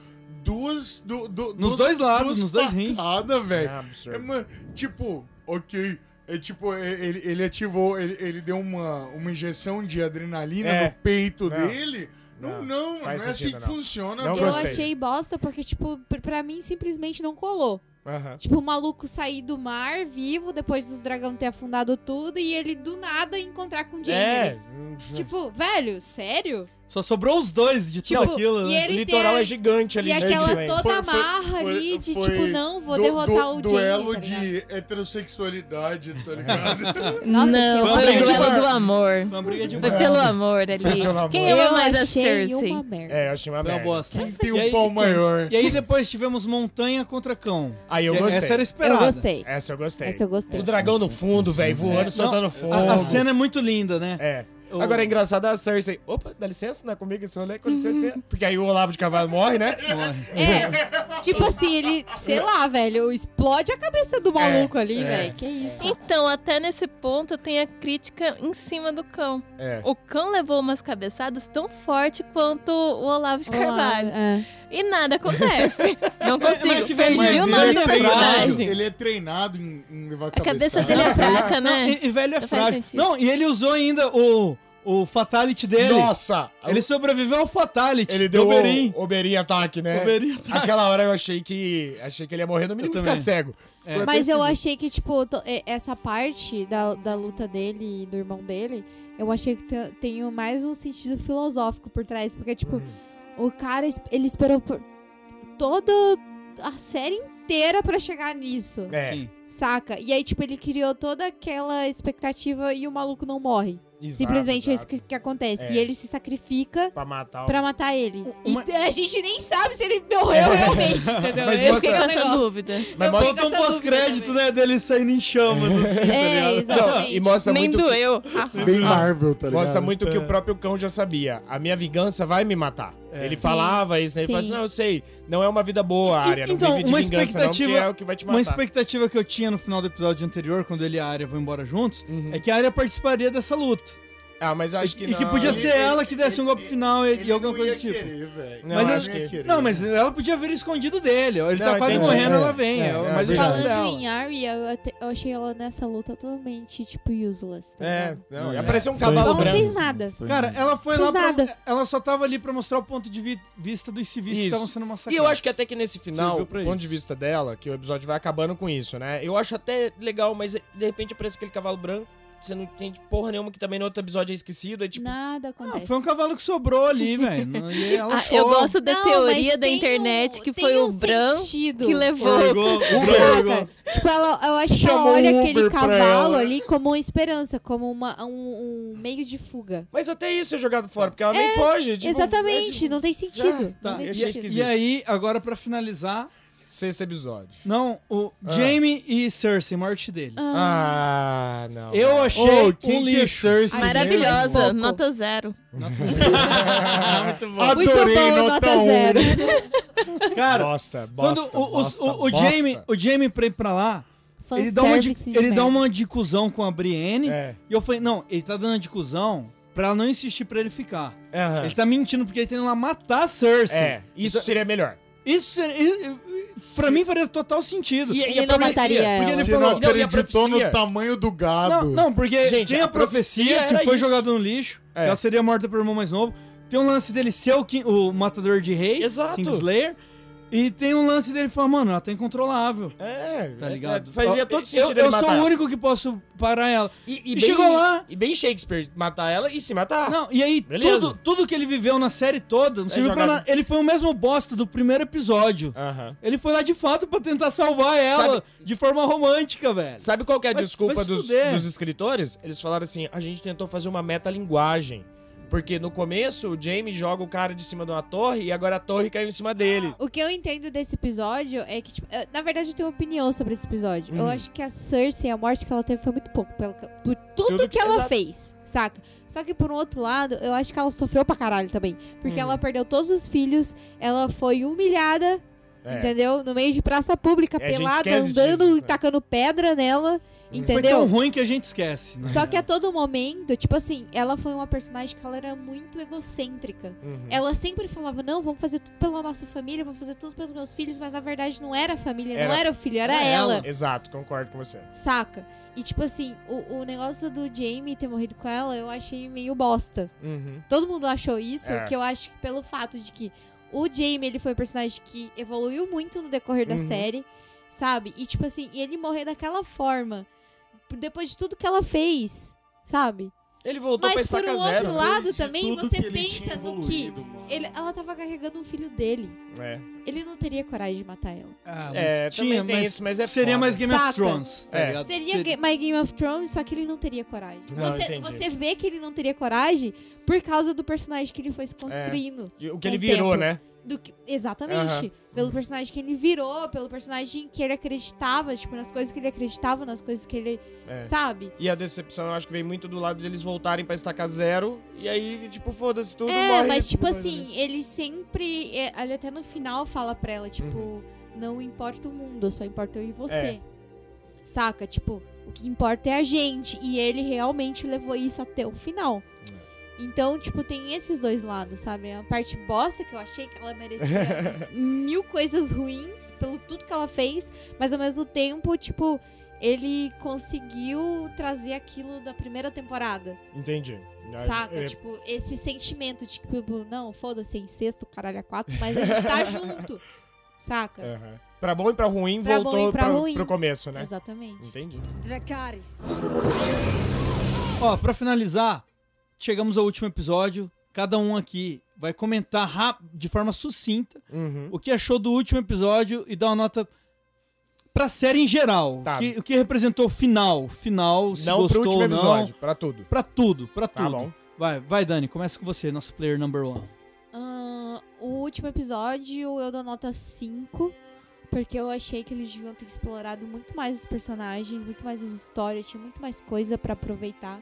duas. Du, du,
Nos
duas-
dois lados,
duas
nos dois rins.
facada, velho.
É absurdo.
É, mano, tipo, ok. É tipo, é, ele, ele ativou, ele, ele deu uma, uma injeção de adrenalina
É.
no peito
Não.
dele. Não,
Não,
não, mano, não é
faz
assim
sentido,
que
não.
funciona.
Não
velho.
eu
gostei.
achei bosta porque, tipo, pr- pra mim simplesmente não colou.
Aham.
Tipo, o maluco sair do mar vivo depois dos dragão ter afundado tudo e ele do nada encontrar com o Jamie.
É.
Tipo, velho, sério?
Só sobrou os dois de tudo
Tipo,
aquilo,
e
né?
ele
o litoral
tem a-
é gigante ali. tipo,
E
de
aquela
Disneyland.
toda
Foi- foi-
amarra
foi-
ali de
foi
tipo, não, vou
du-
derrotar
du-
o
Duelo
Jamie, tá ligado?
de heterossexualidade, tá ligado?
Nossa,
não,
achei
uma
foi o
briga de
duelo
bar.
do amor.
Foi uma briga de
Foi
bar.
pelo amor ali.
pelo amor.
Quem
Eu,
ama mais a
achei
Cersei?
uma merda.
É, eu achei uma
Foi uma
merda.
bosta.
Tem
E
um
aí-
pau maior.
E aí depois tivemos montanha contra cão.
Aí eu
E
gostei.
Essa era
Eu
esperada.
gostei.
É Essa eu gostei.
Essa eu gostei.
é.
O dragão no fundo, velho, voando, soltando fogo.
A, a cena é muito linda, né?
É.
o-
Agora é engraçado a Cersei. Opa, dá licença, não é comigo esse rolê, com licença. Porque aí o Olavo de Cavalo morre, né?
É, tipo assim, ele, sei lá, velho, explode a cabeça do maluco ali,
é.
velho. Que isso?
Então, até nesse ponto tem a crítica em cima do cão.
É.
O cão levou umas cabeçadas tão forte quanto o Olavo de Carvalho.
é.
E nada acontece. Não consigo.
mas que velho
Perdi
Mas
o
ele
nome da
é treinado,
personagem.
ele é treinado em, em levar a
A
cabeça.
cabeça dele é fraca,
Não,
né?
e, e velho é
Não faz
frágil.
sentido.
Não, e ele usou ainda o, o fatality dele.
Nossa!
Ele sobreviveu ao fatality.
Ele deu
do Oberyn.
o Oberyn ataque, né?
Oberyn ataque.
Aquela hora eu achei que achei que ele ia morrer, no mínimo
Eu
ficar
também.
cego. Ficou até
Mas eu
esquisito.
achei que, tipo, to- é- essa parte da, da luta dele e do irmão dele, eu achei que te- tem um- mais um sentido filosófico por trás. Porque, tipo,
Uhum.
o cara, es- ele esperou por toda a série inteira pra chegar nisso,
É,
Sim.
saca? E aí, tipo, ele criou toda aquela expectativa e o maluco não morre.
exato,
Simplesmente é isso
exato.
que, que acontece.
É.
E ele se sacrifica
Pra matar o... É.
pra matar ele.
Uma-
E a gente nem sabe se ele morreu realmente, entendeu?
Mas
Esse
mostra-
que é o
Com
Essa
essa
negócio.
dúvida.
Mas mostra...
Faltou um pós-crédito, né? Dele saindo em chamas. assim, Ah, tá
É,
ligado?
exatamente.
e mostra
Nem
muito que-
doeu.
Bem Marvel, tá ligado?
Mostra muito
É.
que o próprio cão já sabia. A minha vingança vai me matar. Ele falava isso, né? Ele
Sim.
falava assim, não, eu sei. Não é uma vida boa, área. Não
então,
vive de
uma
vingança, não, porque
expectativa-
é o que vai te
Uma
matar.
expectativa que eu tinha no final do episódio anterior, quando ele e a Arya vão embora juntos, é que a Arya participaria dessa luta.
Ah, mas Uhum. acho
E-
que
e
não.
que podia ser
Ele-
ela que desse um golpe final e, e
Ele
alguma
não
coisa
ia
do tipo.
querer, velho.
Não,
mas
acho
eu-
que- é,
ia querer.
Não, mas ela podia vir escondido dele. ó. Ele
Não,
tá quase
entendi.
morrendo,
É,
ela vem.
é,
É,
é
mais
verdade.
difícil dela.
Falando em Arya, eu, até- eu achei ela nessa luta totalmente, tipo, useless. Tá
É,
ligado?
não.
É.
Apareceu um
Foi-
cavalo
Ela não
Foi-
branco.
fez nada.
Foi
Cara,
é.
mesmo.
ela foi lá
Pesada.
pra, Ela só tava ali pra mostrar o ponto de vi- vista dos civis que
Isso.
estavam sendo massacrados.
E eu acho que até que nesse final,
Serviu
do
pra
ponto
isso.
de vista dela, que o episódio vai acabando com isso, né? Eu acho até legal, mas de repente aparece aquele cavalo branco, você não entende porra nenhuma, que também no outro episódio é esquecido, é tipo...
Nada
Ah,
acontece.
foi um cavalo que sobrou ali, velho. E ela
Ah,
achou.
eu gosto da
Não,
teoria
mas
da
tem
internet
um-
que
tem
foi o
um
branco
sentido.
que levou.
Obrigou,
Saca? Tipo, ela, eu acho que ela
Chamou
olha
um
aquele
Uber pra
cavalo
ela.
ali como uma esperança, como uma, um, um meio de fuga.
Mas até isso é jogado fora, porque ela nem foge. Tipo,
Exatamente,
é de-
não tem sentido.
Ah, tá,
não tem
eu achei
sentido.
E aí, agora pra finalizar.
Sexto episódio.
Não, o Jamie e Cersei, morte deles.
Ah, não.
Eu achei
Ô,
um
quem que é
lixo.
Cersei
Maravilhosa,
Pouco.
nota zero.
Ah,
Muito
mesmo?
Muito
Adorei,
bom,
nota
nota
um.
zero.
Cara,
Bosta,
quando
bosta,
o,
bosta,
o, o, o
bosta.
Jamie, o Jamie pra ir pra lá, ele dá uma, de,
Fanservice de
ele dá um
merda.
uma de cuzão com a Brienne.
É.
E eu falei, não, ele tá dando de cuzão pra ela não insistir pra ele ficar. Ele tá
Aham.
assim. Então, mentindo porque ele tá indo lá matar a Cersei.
É, isso seria melhor.
Isso, seria- i- i- pra mim faria total sentido.
E, é
Ele não mataria ela.
ele
Você
falou-
não
Não, e a
acreditou
profecia?
no tamanho do
Não,
gado.
não, porque
Gente,
tem a,
a profecia
profecia,
era
que foi
isso.
jogada no lixo.
É.
Ela seria morta pelo irmão mais novo. Tem um lance dele ser o, Ki- o matador de reis,
Exato.
Kingslayer. E tem um lance dele falar, mano, ela tá incontrolável.
É,
Tá ligado?
É, fazia todo sentido
Eu,
ele
eu
matar
sou o
ela.
único que posso parar ela.
E, e
E
bem,
chegou lá.
E bem Shakespeare matar ela e se matar.
Não, e aí,
Beleza. É
tudo, tudo que ele viveu na série toda, não serviu pra
jogado.
nada. Ele foi o mesmo bosta do primeiro episódio.
Aham.
Ele foi lá de fato pra tentar salvar ela
Ah. Sabe-
de forma romântica, velho.
Sabe qual que é a
Vai- vai
desculpa
se
dos,
fuder.
dos escritores? Eles falaram assim: a gente tentou fazer uma metalinguagem. Porque no começo o Jamie joga o cara de cima de uma torre e agora a torre caiu em cima dele.
O que eu entendo desse episódio é que, tipo, eu- na verdade, eu tenho opinião sobre esse episódio.
Hum.
Eu acho que a Cersei, a morte que ela teve foi muito pouco pela- por tudo,
Tudo
que
que-
ela
exato.
fez, saca? Só que por um outro lado, eu acho que ela sofreu pra caralho também.
Hum.
Porque ela perdeu todos os filhos, ela foi humilhada,
É.
entendeu? No meio de praça pública,
É, a gente
pelada,
esquece
andando
disso,
e
né?
tacando pedra nela,
Foi tão
entendeu?
ruim que a gente esquece. né?
Só que a todo momento, tipo assim, ela foi uma personagem que ela era muito egocêntrica.
Uhum.
Ela sempre falava, não, vamos fazer tudo pela nossa família, vamos fazer tudo pelos meus filhos, mas na verdade não era a família, não
Era-
era o filho, era,
era
ela,
ela.
Exato, concordo com você.
saca? E tipo assim, o, o negócio do Jamie ter morrido com ela, eu achei meio bosta.
Uhum.
Todo mundo achou isso,
É.
que eu acho que pelo fato de que o Jamie, ele foi um personagem que evoluiu muito no decorrer da
Uhum.
série, sabe? E tipo assim, e ele morrer daquela forma, depois de tudo que ela fez, sabe?
Ele voltou pra
Mas por
estaca
um
é zero.
outro lado
Depois de
também,
tudo
você
que ele tinha
pensa no que
evoluído, mano.
ele, ela tava carregando um filho dele.
É.
Ele não teria coragem de matar ela.
Ah,
É, também tem
mas
isso, mas é
Seria
foda.
mais Game
Saca?
of Thrones. tá
É.
ligado?
Seria Ga- My Game of Thrones, só que ele não teria coragem.
Não,
você,
entendi.
você vê
É.
que ele não teria coragem por causa do personagem que ele foi se construindo.
E O
com
que ele
o
virou,
tempo.
né?
do que. Exatamente.
Aham.
Pelo personagem que ele virou, pelo personagem que ele acreditava, tipo, nas coisas que ele acreditava, nas coisas que ele.
É.
Sabe?
E a decepção, eu acho que vem muito do lado deles voltarem pra estacar zero. E aí, tipo, foda-se tudo,
É,
morre.
mas
tudo
tipo
mais
assim,
ali.
ele sempre. é, Ele até no final fala pra ela, tipo, não importa o mundo, só importa eu e você.
Uhum. É.
Saca? Tipo, o que importa é a gente. E ele realmente levou isso até o final.
É.
Então, tipo, tem esses dois lados, sabe? A parte bosta que eu achei que ela merecia mil coisas ruins pelo tudo que ela fez, mas ao mesmo tempo, tipo, ele conseguiu trazer aquilo da primeira temporada.
Entendi.
Saca?
É,
Tipo, esse sentimento de que, tipo, não, foda-se, em sexto, caralho, a quatro, mas a gente tá junto. Saca?
aham. Pra bom e pra ruim,
Pra bom
voltou
e pra
pro-
ruim.
pro começo, né?
Exatamente.
Entendi.
Dracarys.
Ó, pra finalizar, chegamos ao último episódio. Cada um aqui vai comentar rap- de forma sucinta
Uhum.
o que achou do último episódio e dar uma nota pra série em geral.
Tá.
Que- o que representou o final. Final, se
Não
gostou
pro último
ou não.
episódio, pra tudo.
Pra tudo, pra
Tá
tudo.
bom.
Vai, vai, Dani, começa com você, nosso player number one.
Ahn, o último episódio eu dou nota 5, porque eu achei que eles deviam ter explorado muito mais os personagens, muito mais as histórias, tinha muito mais coisa pra aproveitar.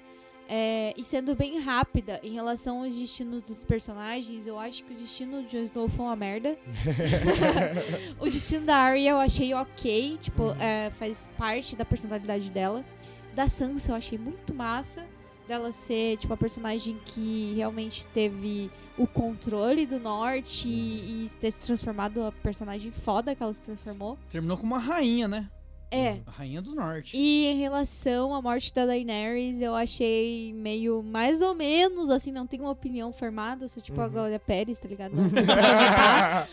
É, e sendo bem rápida em relação aos destinos dos personagens, eu acho que o destino de Jon Snow foi uma merda. o destino da Arya eu achei ok, tipo, é, faz parte da personalidade dela. Da Sansa eu achei muito massa, dela ser, tipo, a personagem que realmente teve o controle do norte e, e ter se transformado a personagem foda que ela se transformou.
Terminou com uma rainha, né?
É.
A rainha do norte.
E em relação à morte da Daenerys, eu achei meio mais ou menos, assim, não tenho uma opinião formada, sou tipo a Glória Pérez, tá ligado? Não, sei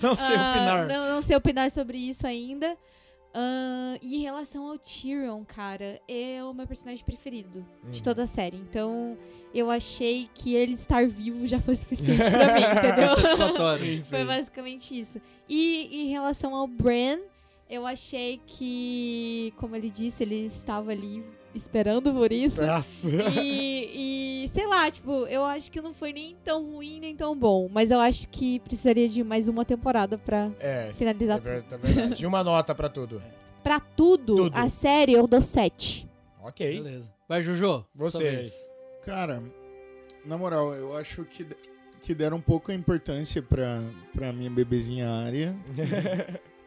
Não sei
Ah,
opinar.
Não, não sei opinar sobre isso ainda. Ah, e em relação ao Tyrion, cara, é o meu personagem preferido
Uhum.
de toda a série. Então, eu achei que ele estar vivo já foi suficiente pra mim, entendeu?
Satisfatório.
Foi basicamente isso. E em relação ao Bran, eu achei que, como ele disse, ele estava ali esperando por isso.
É.
Nossa.
E, e, sei lá, tipo, eu acho que não foi nem tão ruim nem tão bom. Mas eu acho que precisaria de mais uma temporada pra
É. É
finalizar tudo.
ver- é verdade. E uma nota pra tudo.
Pra tudo,
Tudo.
a série eu dou 7.
Ok.
Beleza. Vai, Jojo. sua
Você.
vez.
Cara, na moral, eu acho que, de- que deram um pouco a importância pra, pra minha bebezinha área.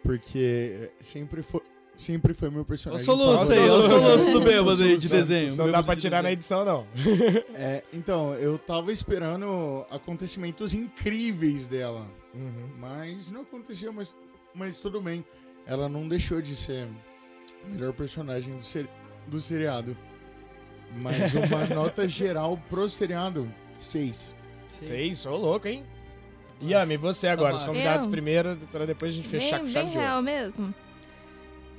porque sempre foi, sempre foi meu
Eu
personagem.
soluço aí,
favorito.
eu soluço do
Eu
bêbado aí de
soluço.
desenho.
Não dá
bêbado
pra
de
tirar na
desenho.
edição, não.
É, então, eu tava esperando acontecimentos incríveis dela.
Uhum.
Mas não aconteceu, mas, mas tudo bem. Ela não deixou de ser o melhor personagem do, ser, do seriado. Mas uma nota geral pro seriado, 6.
Sei, sou louco, hein? Yami, você agora, os
baixo.
convidados
Eu?
primeiro, pra depois a gente fechar com
bem,
chave
bem
de ouro.
real mesmo.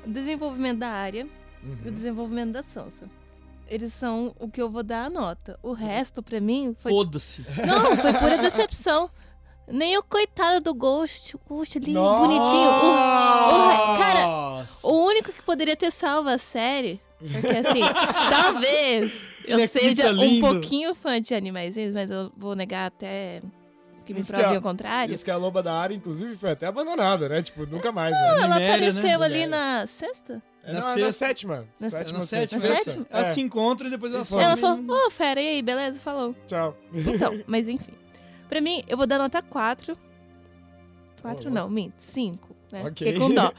O desenvolvimento da área
Uhum.
e o desenvolvimento da Sansa. Eles são o que eu vou dar a nota.
Uhum.
O resto, pra mim, foi.
Foda-se.
Não, foi pura decepção. Nem o coitado do Ghost, o Ghost ali,
Nossa!
bonitinho. O- o- cara, o único que poderia ter salvo a série, porque assim, talvez eu
Ele é
seja
quinta,
um
lindo.
pouquinho fã de animaizinhos, mas eu vou negar até que me
Isso que
provem
é-
o contrário.
Diz que a loba da área, inclusive, foi até abandonada, né? Tipo, nunca mais.
Não,
né?
ela
Minério, né?
apareceu ali
Minério.
na sexta.
É,
Na
não, é na
sexta-
sétima.
na
sétima,
Na
sexta.
sétima,
sexta.
sexta, ela
É,
se encontra e depois ela some.
Ela falou, ô, fera, e aí, beleza? Falou.
Tchau.
Então, mas enfim. Pra mim, eu vou dar nota 4. 4
Boa.
não, minto, 5. Né?
Ok.
Fiquei com dó.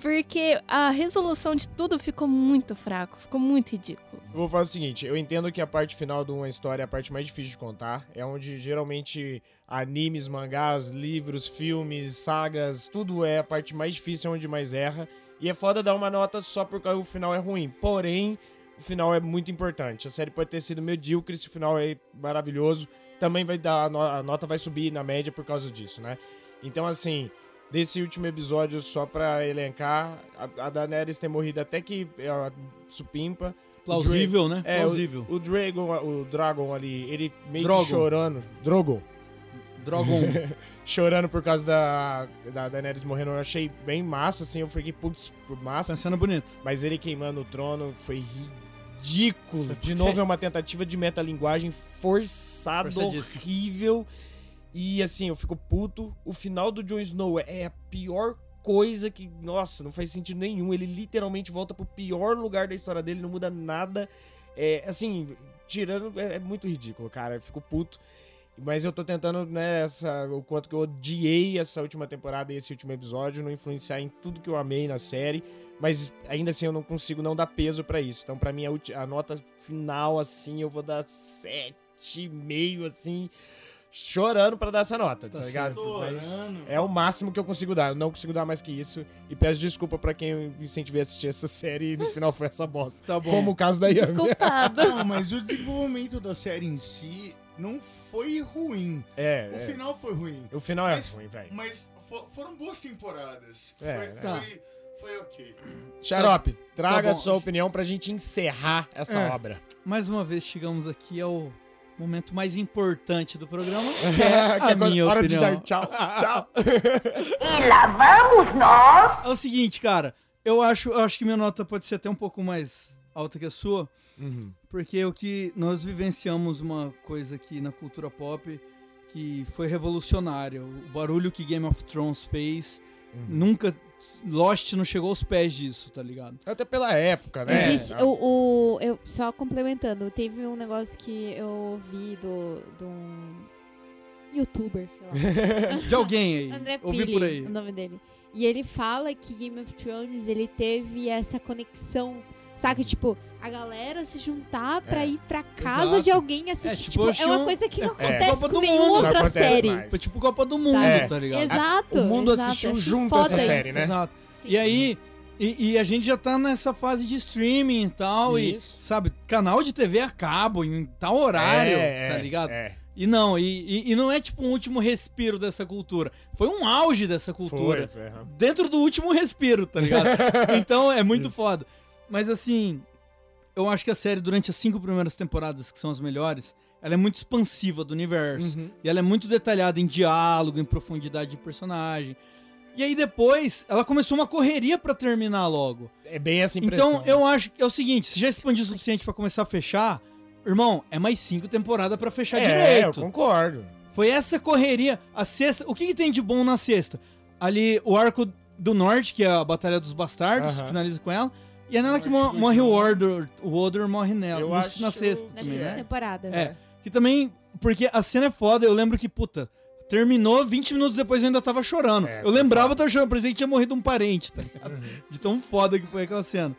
Porque a resolução de tudo ficou muito fraco, ficou muito ridículo.
Eu Vou fazer o seguinte, eu entendo que a parte final de uma história é a parte mais difícil de contar. É onde geralmente animes, mangás, livros, filmes, sagas, tudo é a parte mais difícil, é onde mais erra. E é foda dar uma nota só porque o final é ruim. Porém, o final é muito importante. A série pode ter sido medíocre, se o final é maravilhoso, também vai dar a no- a nota vai subir na média por causa disso, né? Então assim, desse último episódio só pra elencar, a, a Daenerys ter morrido até que ela supimpa.
Plausível, né?
É,
Plausível.
O, o Dragon, o Dragon ali, ele meio
Drogon.
que chorando. Drogo.
Drogon.
Chorando por causa da, da Daenerys morrendo. Eu achei bem massa, assim. Eu fiquei, putz, massa.
Tá sendo bonito.
Mas ele queimando o trono foi ridículo. De novo, é uma tentativa de metalinguagem forçada,
Forçadíssimo.
horrível. E assim, eu fico puto. O final do Jon Snow é a pior coisa que, nossa, não faz sentido nenhum. Ele literalmente volta pro pior lugar da história dele, não muda nada. É, assim, tirando. É, é muito ridículo, cara. Eu fico puto. Mas eu tô tentando, né, essa, o quanto que eu odiei essa última temporada e esse último episódio, não influenciar em tudo que eu amei na série. Mas ainda assim eu não consigo não dar peso para isso. Então, para mim, a, ulti- a nota final, assim, eu vou dar 7,5, assim. Chorando pra dar essa nota, tá,
Tá
ligado?
chorando,
Mas é o máximo que eu consigo dar. Eu não consigo dar mais que isso. E peço desculpa pra quem eu incentivei a assistir essa série e no final foi essa bosta.
Tá bom.
Como o caso da Yami.
Não, mas o desenvolvimento da série em si não foi ruim.
É,
O
é.
final foi ruim.
O final é
Mas-
ruim, velho.
Mas fo- foram boas temporadas.
É,
foi,
é.
Tá.
foi- foi ok.
Xarope, traga
bom.
sua opinião pra gente encerrar essa
É.
obra.
Mais uma vez chegamos aqui ao momento mais importante do programa, que
Que
é a
quando-
minha
hora de
opinião.
dar tchau. Tchau.
É o seguinte, cara, eu acho, eu acho que minha nota pode ser até um pouco mais alta que a sua,
Uhum.
porque é o que nós vivenciamos uma coisa aqui na cultura pop que foi revolucionária. O barulho que Game of Thrones fez,
Uhum.
nunca Lost não chegou aos pés disso, tá ligado?
Até pela época, né?
Existe o, o- eu, só complementando, teve um negócio que eu ouvi do, de um youtuber, sei lá.
É.
De alguém aí,
André
ouvi
Pili,
por aí.
o nome dele. E ele fala que Game of Thrones, ele teve essa conexão, saca? Tipo, a galera se juntar pra
Uhum. É.
ir pra casa de
Exato.
alguém assistir.
tipo,
tipo, é uma
um-
tinha-
coisa que não
é,
acontece
Copa
com
do
nenhuma
Mundo.
Não
outra
acontece
série.
mais.
Foi tipo Copa do Mundo,
Sabe?
tá ligado?
Exato.
O mundo
exato.
assistiu
Acho
junto
foda
essa
isso.
É. série, né?
Exato.
Sim.
E aí, e, e a gente já tá nessa fase de streaming e tal,
Isso.
e, sabe, canal de TV a cabo, em tal horário,
É,
tá
é,
ligado?
é.
E não, e, e- e não é tipo um último respiro dessa cultura. Foi um auge dessa cultura.
Foi, foi, aham.
Dentro do último respiro, tá ligado? então é muito foda. Mas assim, eu acho que a série, durante as cinco primeiras temporadas, que são as melhores, ela é muito expansiva do universo.
Uhum.
E ela é muito detalhada em diálogo, em profundidade de personagem. E aí depois, ela começou uma correria pra terminar logo.
É bem essa impressão.
Então, eu acho que é o seguinte, se já expandiu o suficiente pra começar a fechar, irmão, é mais cinco temporadas pra fechar
é, eu
direito.
concordo.
Foi essa correria. A sexta. O que, que tem de bom na sexta? Ali, o arco do norte, que é a Batalha dos Bastardos,
Aham.
finaliza com ela. E é nela que mo- morre o Order. O Order morre nela.
Eu
no-
acho-
Na sexta.
Na
também,
sexta
né?
temporada.
É. Que também. Porque a cena é foda, eu lembro que, puta. Terminou, 20 minutos depois eu ainda tava chorando.
É,
eu
foi
lembrava,
foda. Uhum.
eu tava chorando, parecia que tinha morrido um parente, tá ligado? De tão foda que foi aquela cena.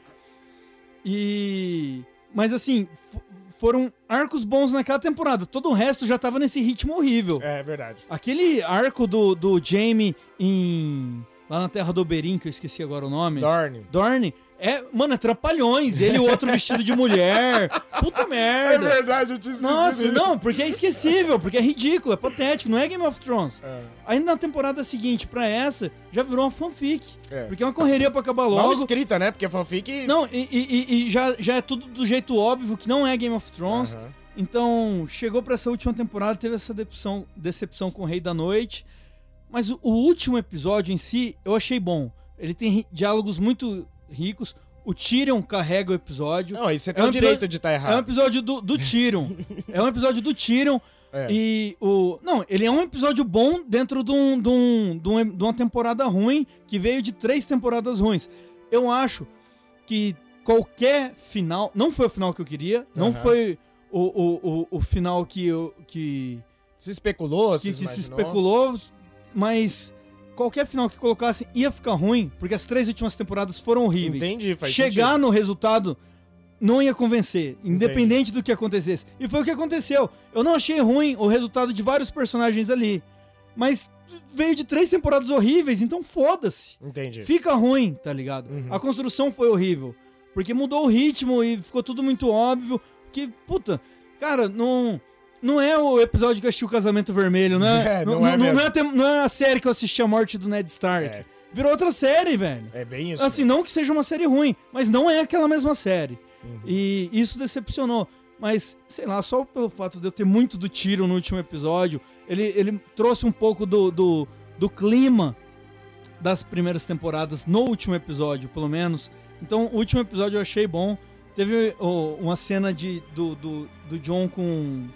E. Mas assim, fo- foram arcos bons naquela temporada. Todo o resto já tava nesse ritmo horrível.
É verdade.
Aquele arco do, do Jamie em. Lá na Terra do Oberyn, que eu esqueci agora o nome.
Dorne.
Dorne. É, mano, é trapalhões. Ele e o outro vestido de mulher. Puta
É
merda.
verdade, eu tinha esquecido.
Nossa,
isso.
não, porque é esquecível, porque é ridículo, é patético, não é Game of Thrones.
É.
Ainda na temporada seguinte pra essa, já virou uma fanfic.
É.
Porque é uma correria pra acabar
Mal
logo.
escrita, né? Porque fanfic.
Não, e, e- e- e já, já é tudo do jeito óbvio que não é Game of Thrones.
Aham.
Então, chegou pra essa última temporada, teve essa decepção, decepção com o Rei da Noite. Mas o, o último episódio em si, eu achei bom. Ele tem ri- diálogos muito ricos. O Tyrion carrega o episódio.
Não, e você tem
um
o direito
episódio-
de estar errado.
É um episódio do, do Tyrion. é um episódio do Tyrion.
É.
E o. Não, ele é um episódio bom dentro de, um, de, um, de, um- de uma temporada ruim que veio de três temporadas ruins. Eu acho que qualquer final. Não foi o final que eu queria. Não
Aham.
foi o, o, o, o final que, eu, que,
Se especulou,
que,
se,
que se
imaginou.
especulou, mas qualquer final que colocassem ia ficar ruim, porque as três últimas temporadas foram horríveis.
Entendi, faz
Chegar
sentido.
no resultado não ia convencer, independente do que acontecesse. E foi o que aconteceu. Eu não achei ruim o resultado de vários personagens ali, mas veio de três temporadas horríveis, então foda-se.
Entendi. Uhum.
Fica ruim, tá ligado? A construção foi horrível. Porque mudou o ritmo e ficou tudo muito óbvio. Que, puta, cara, não. Não é o episódio que eu assisti o Casamento Vermelho, né?
É, não é mesmo.
a tem- não é a série que eu assisti a morte do Ned Stark.
É.
Virou outra série, velho.
É bem isso.
Assim, não que seja uma série ruim, mas não é aquela mesma série.
Uhum.
E isso decepcionou. Mas, sei lá, só pelo fato de eu ter muito do tiro no último episódio, ele, ele trouxe um pouco do, do, do clima das primeiras temporadas no último episódio, pelo menos. Então, o último episódio eu achei bom. Teve ó, uma cena de, do, do, do John com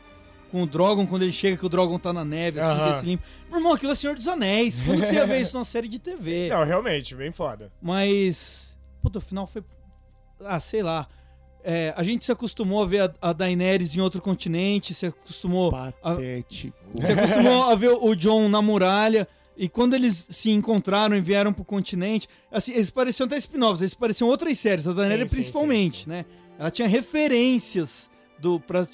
com o Drogon, quando ele chega, que o Drogon tá na neve, assim,
Aham.
desse limpo. Meu irmão, aquilo é Senhor dos Anéis. Quando que você ia ver isso numa série de TV?
Não, realmente, bem foda.
Mas. Puta, o final foi. Ah, sei lá. É, a gente se acostumou a ver a, a Daenerys em outro continente, se acostumou. A, se acostumou a ver o John na muralha. E quando eles se encontraram e vieram pro continente, assim, eles pareciam até spin-offs, eles pareciam outras séries, a Daenerys
sim,
principalmente, né? Ela tinha referências do para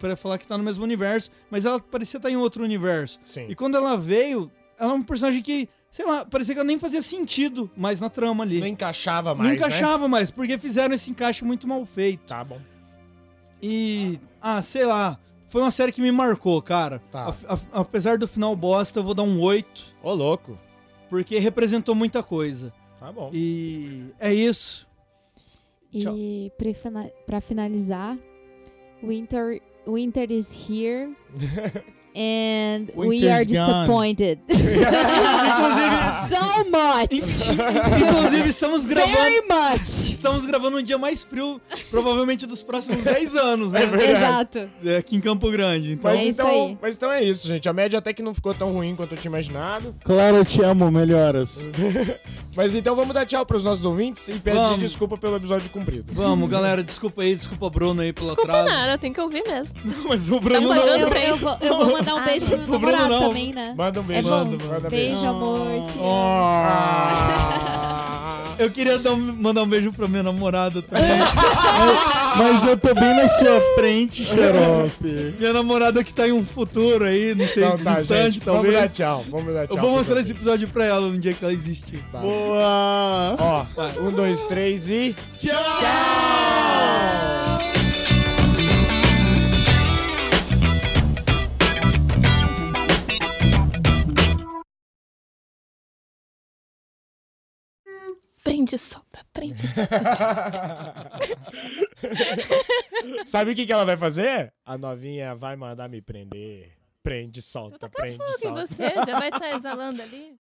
para falar que tá no mesmo universo, mas ela parecia estar em outro universo.
Sim.
E quando ela veio, ela é um personagem que, sei lá, parecia que ela nem fazia sentido mais na trama ali.
Não encaixava
Não
mais, né?
encaixava mais, porque fizeram esse encaixe muito mal feito.
Tá bom.
E. Ah, sei lá. Foi uma série que me marcou, cara.
Tá.
A- a- apesar do final bosta, eu vou dar um 8,
Ô, louco.
porque representou muita coisa.
Tá bom.
E é isso.
E pra fina- pra finalizar, Winter, winter is here. And we
Winter's
are
gone.
disappointed. so much.
Inclusive, estamos gravando.
Very much.
Estamos gravando um dia mais frio, provavelmente dos próximos 10 anos, né?
Exato.
É, aqui em Campo Grande. Então,
Mas,
É isso
então,
aí.
mas então é isso, gente. A média até que não ficou tão ruim quanto eu tinha imaginado.
Claro, eu te amo, melhoras.
Mas então vamos dar tchau pros nossos ouvintes e pedir
Vamos.
desculpa pelo episódio cumprido.
vamos, galera. Desculpa aí, desculpa Bruno aí pelo
Desculpa
atraso.
nada, tem que ouvir mesmo.
Mas o Bruno
Tá
não.
pagando
Eu,
pra
eu
isso.
vou, eu vou mandar um beijo pro meu
Pro Bruno,
namorado
não.
também, né?
Manda um beijo.
É bom.
manda, manda beijo.
Beijo, amor. Te amo.
Ah.
Eu queria dar um- mandar um beijo pra minha namorada também.
É.
Mas eu tô bem na sua frente, xarope.
minha namorada que tá em um futuro aí, não sei,
Então tá,
distante
gente.
talvez.
Vamos dar tchau. Vamos dar tchau.
Eu vou
pros
mostrar esse
ouvintes.
episódio pra ela um dia que ela existir.
Tá.
Boa!
Ó, um, dois, três e.
Prende e solta, prende e solta.
Sabe o que, que ela vai fazer? A novinha vai mandar me prender. Prende, solta, prende,
Fogo em
solta.
você, já vai estar exalando ali.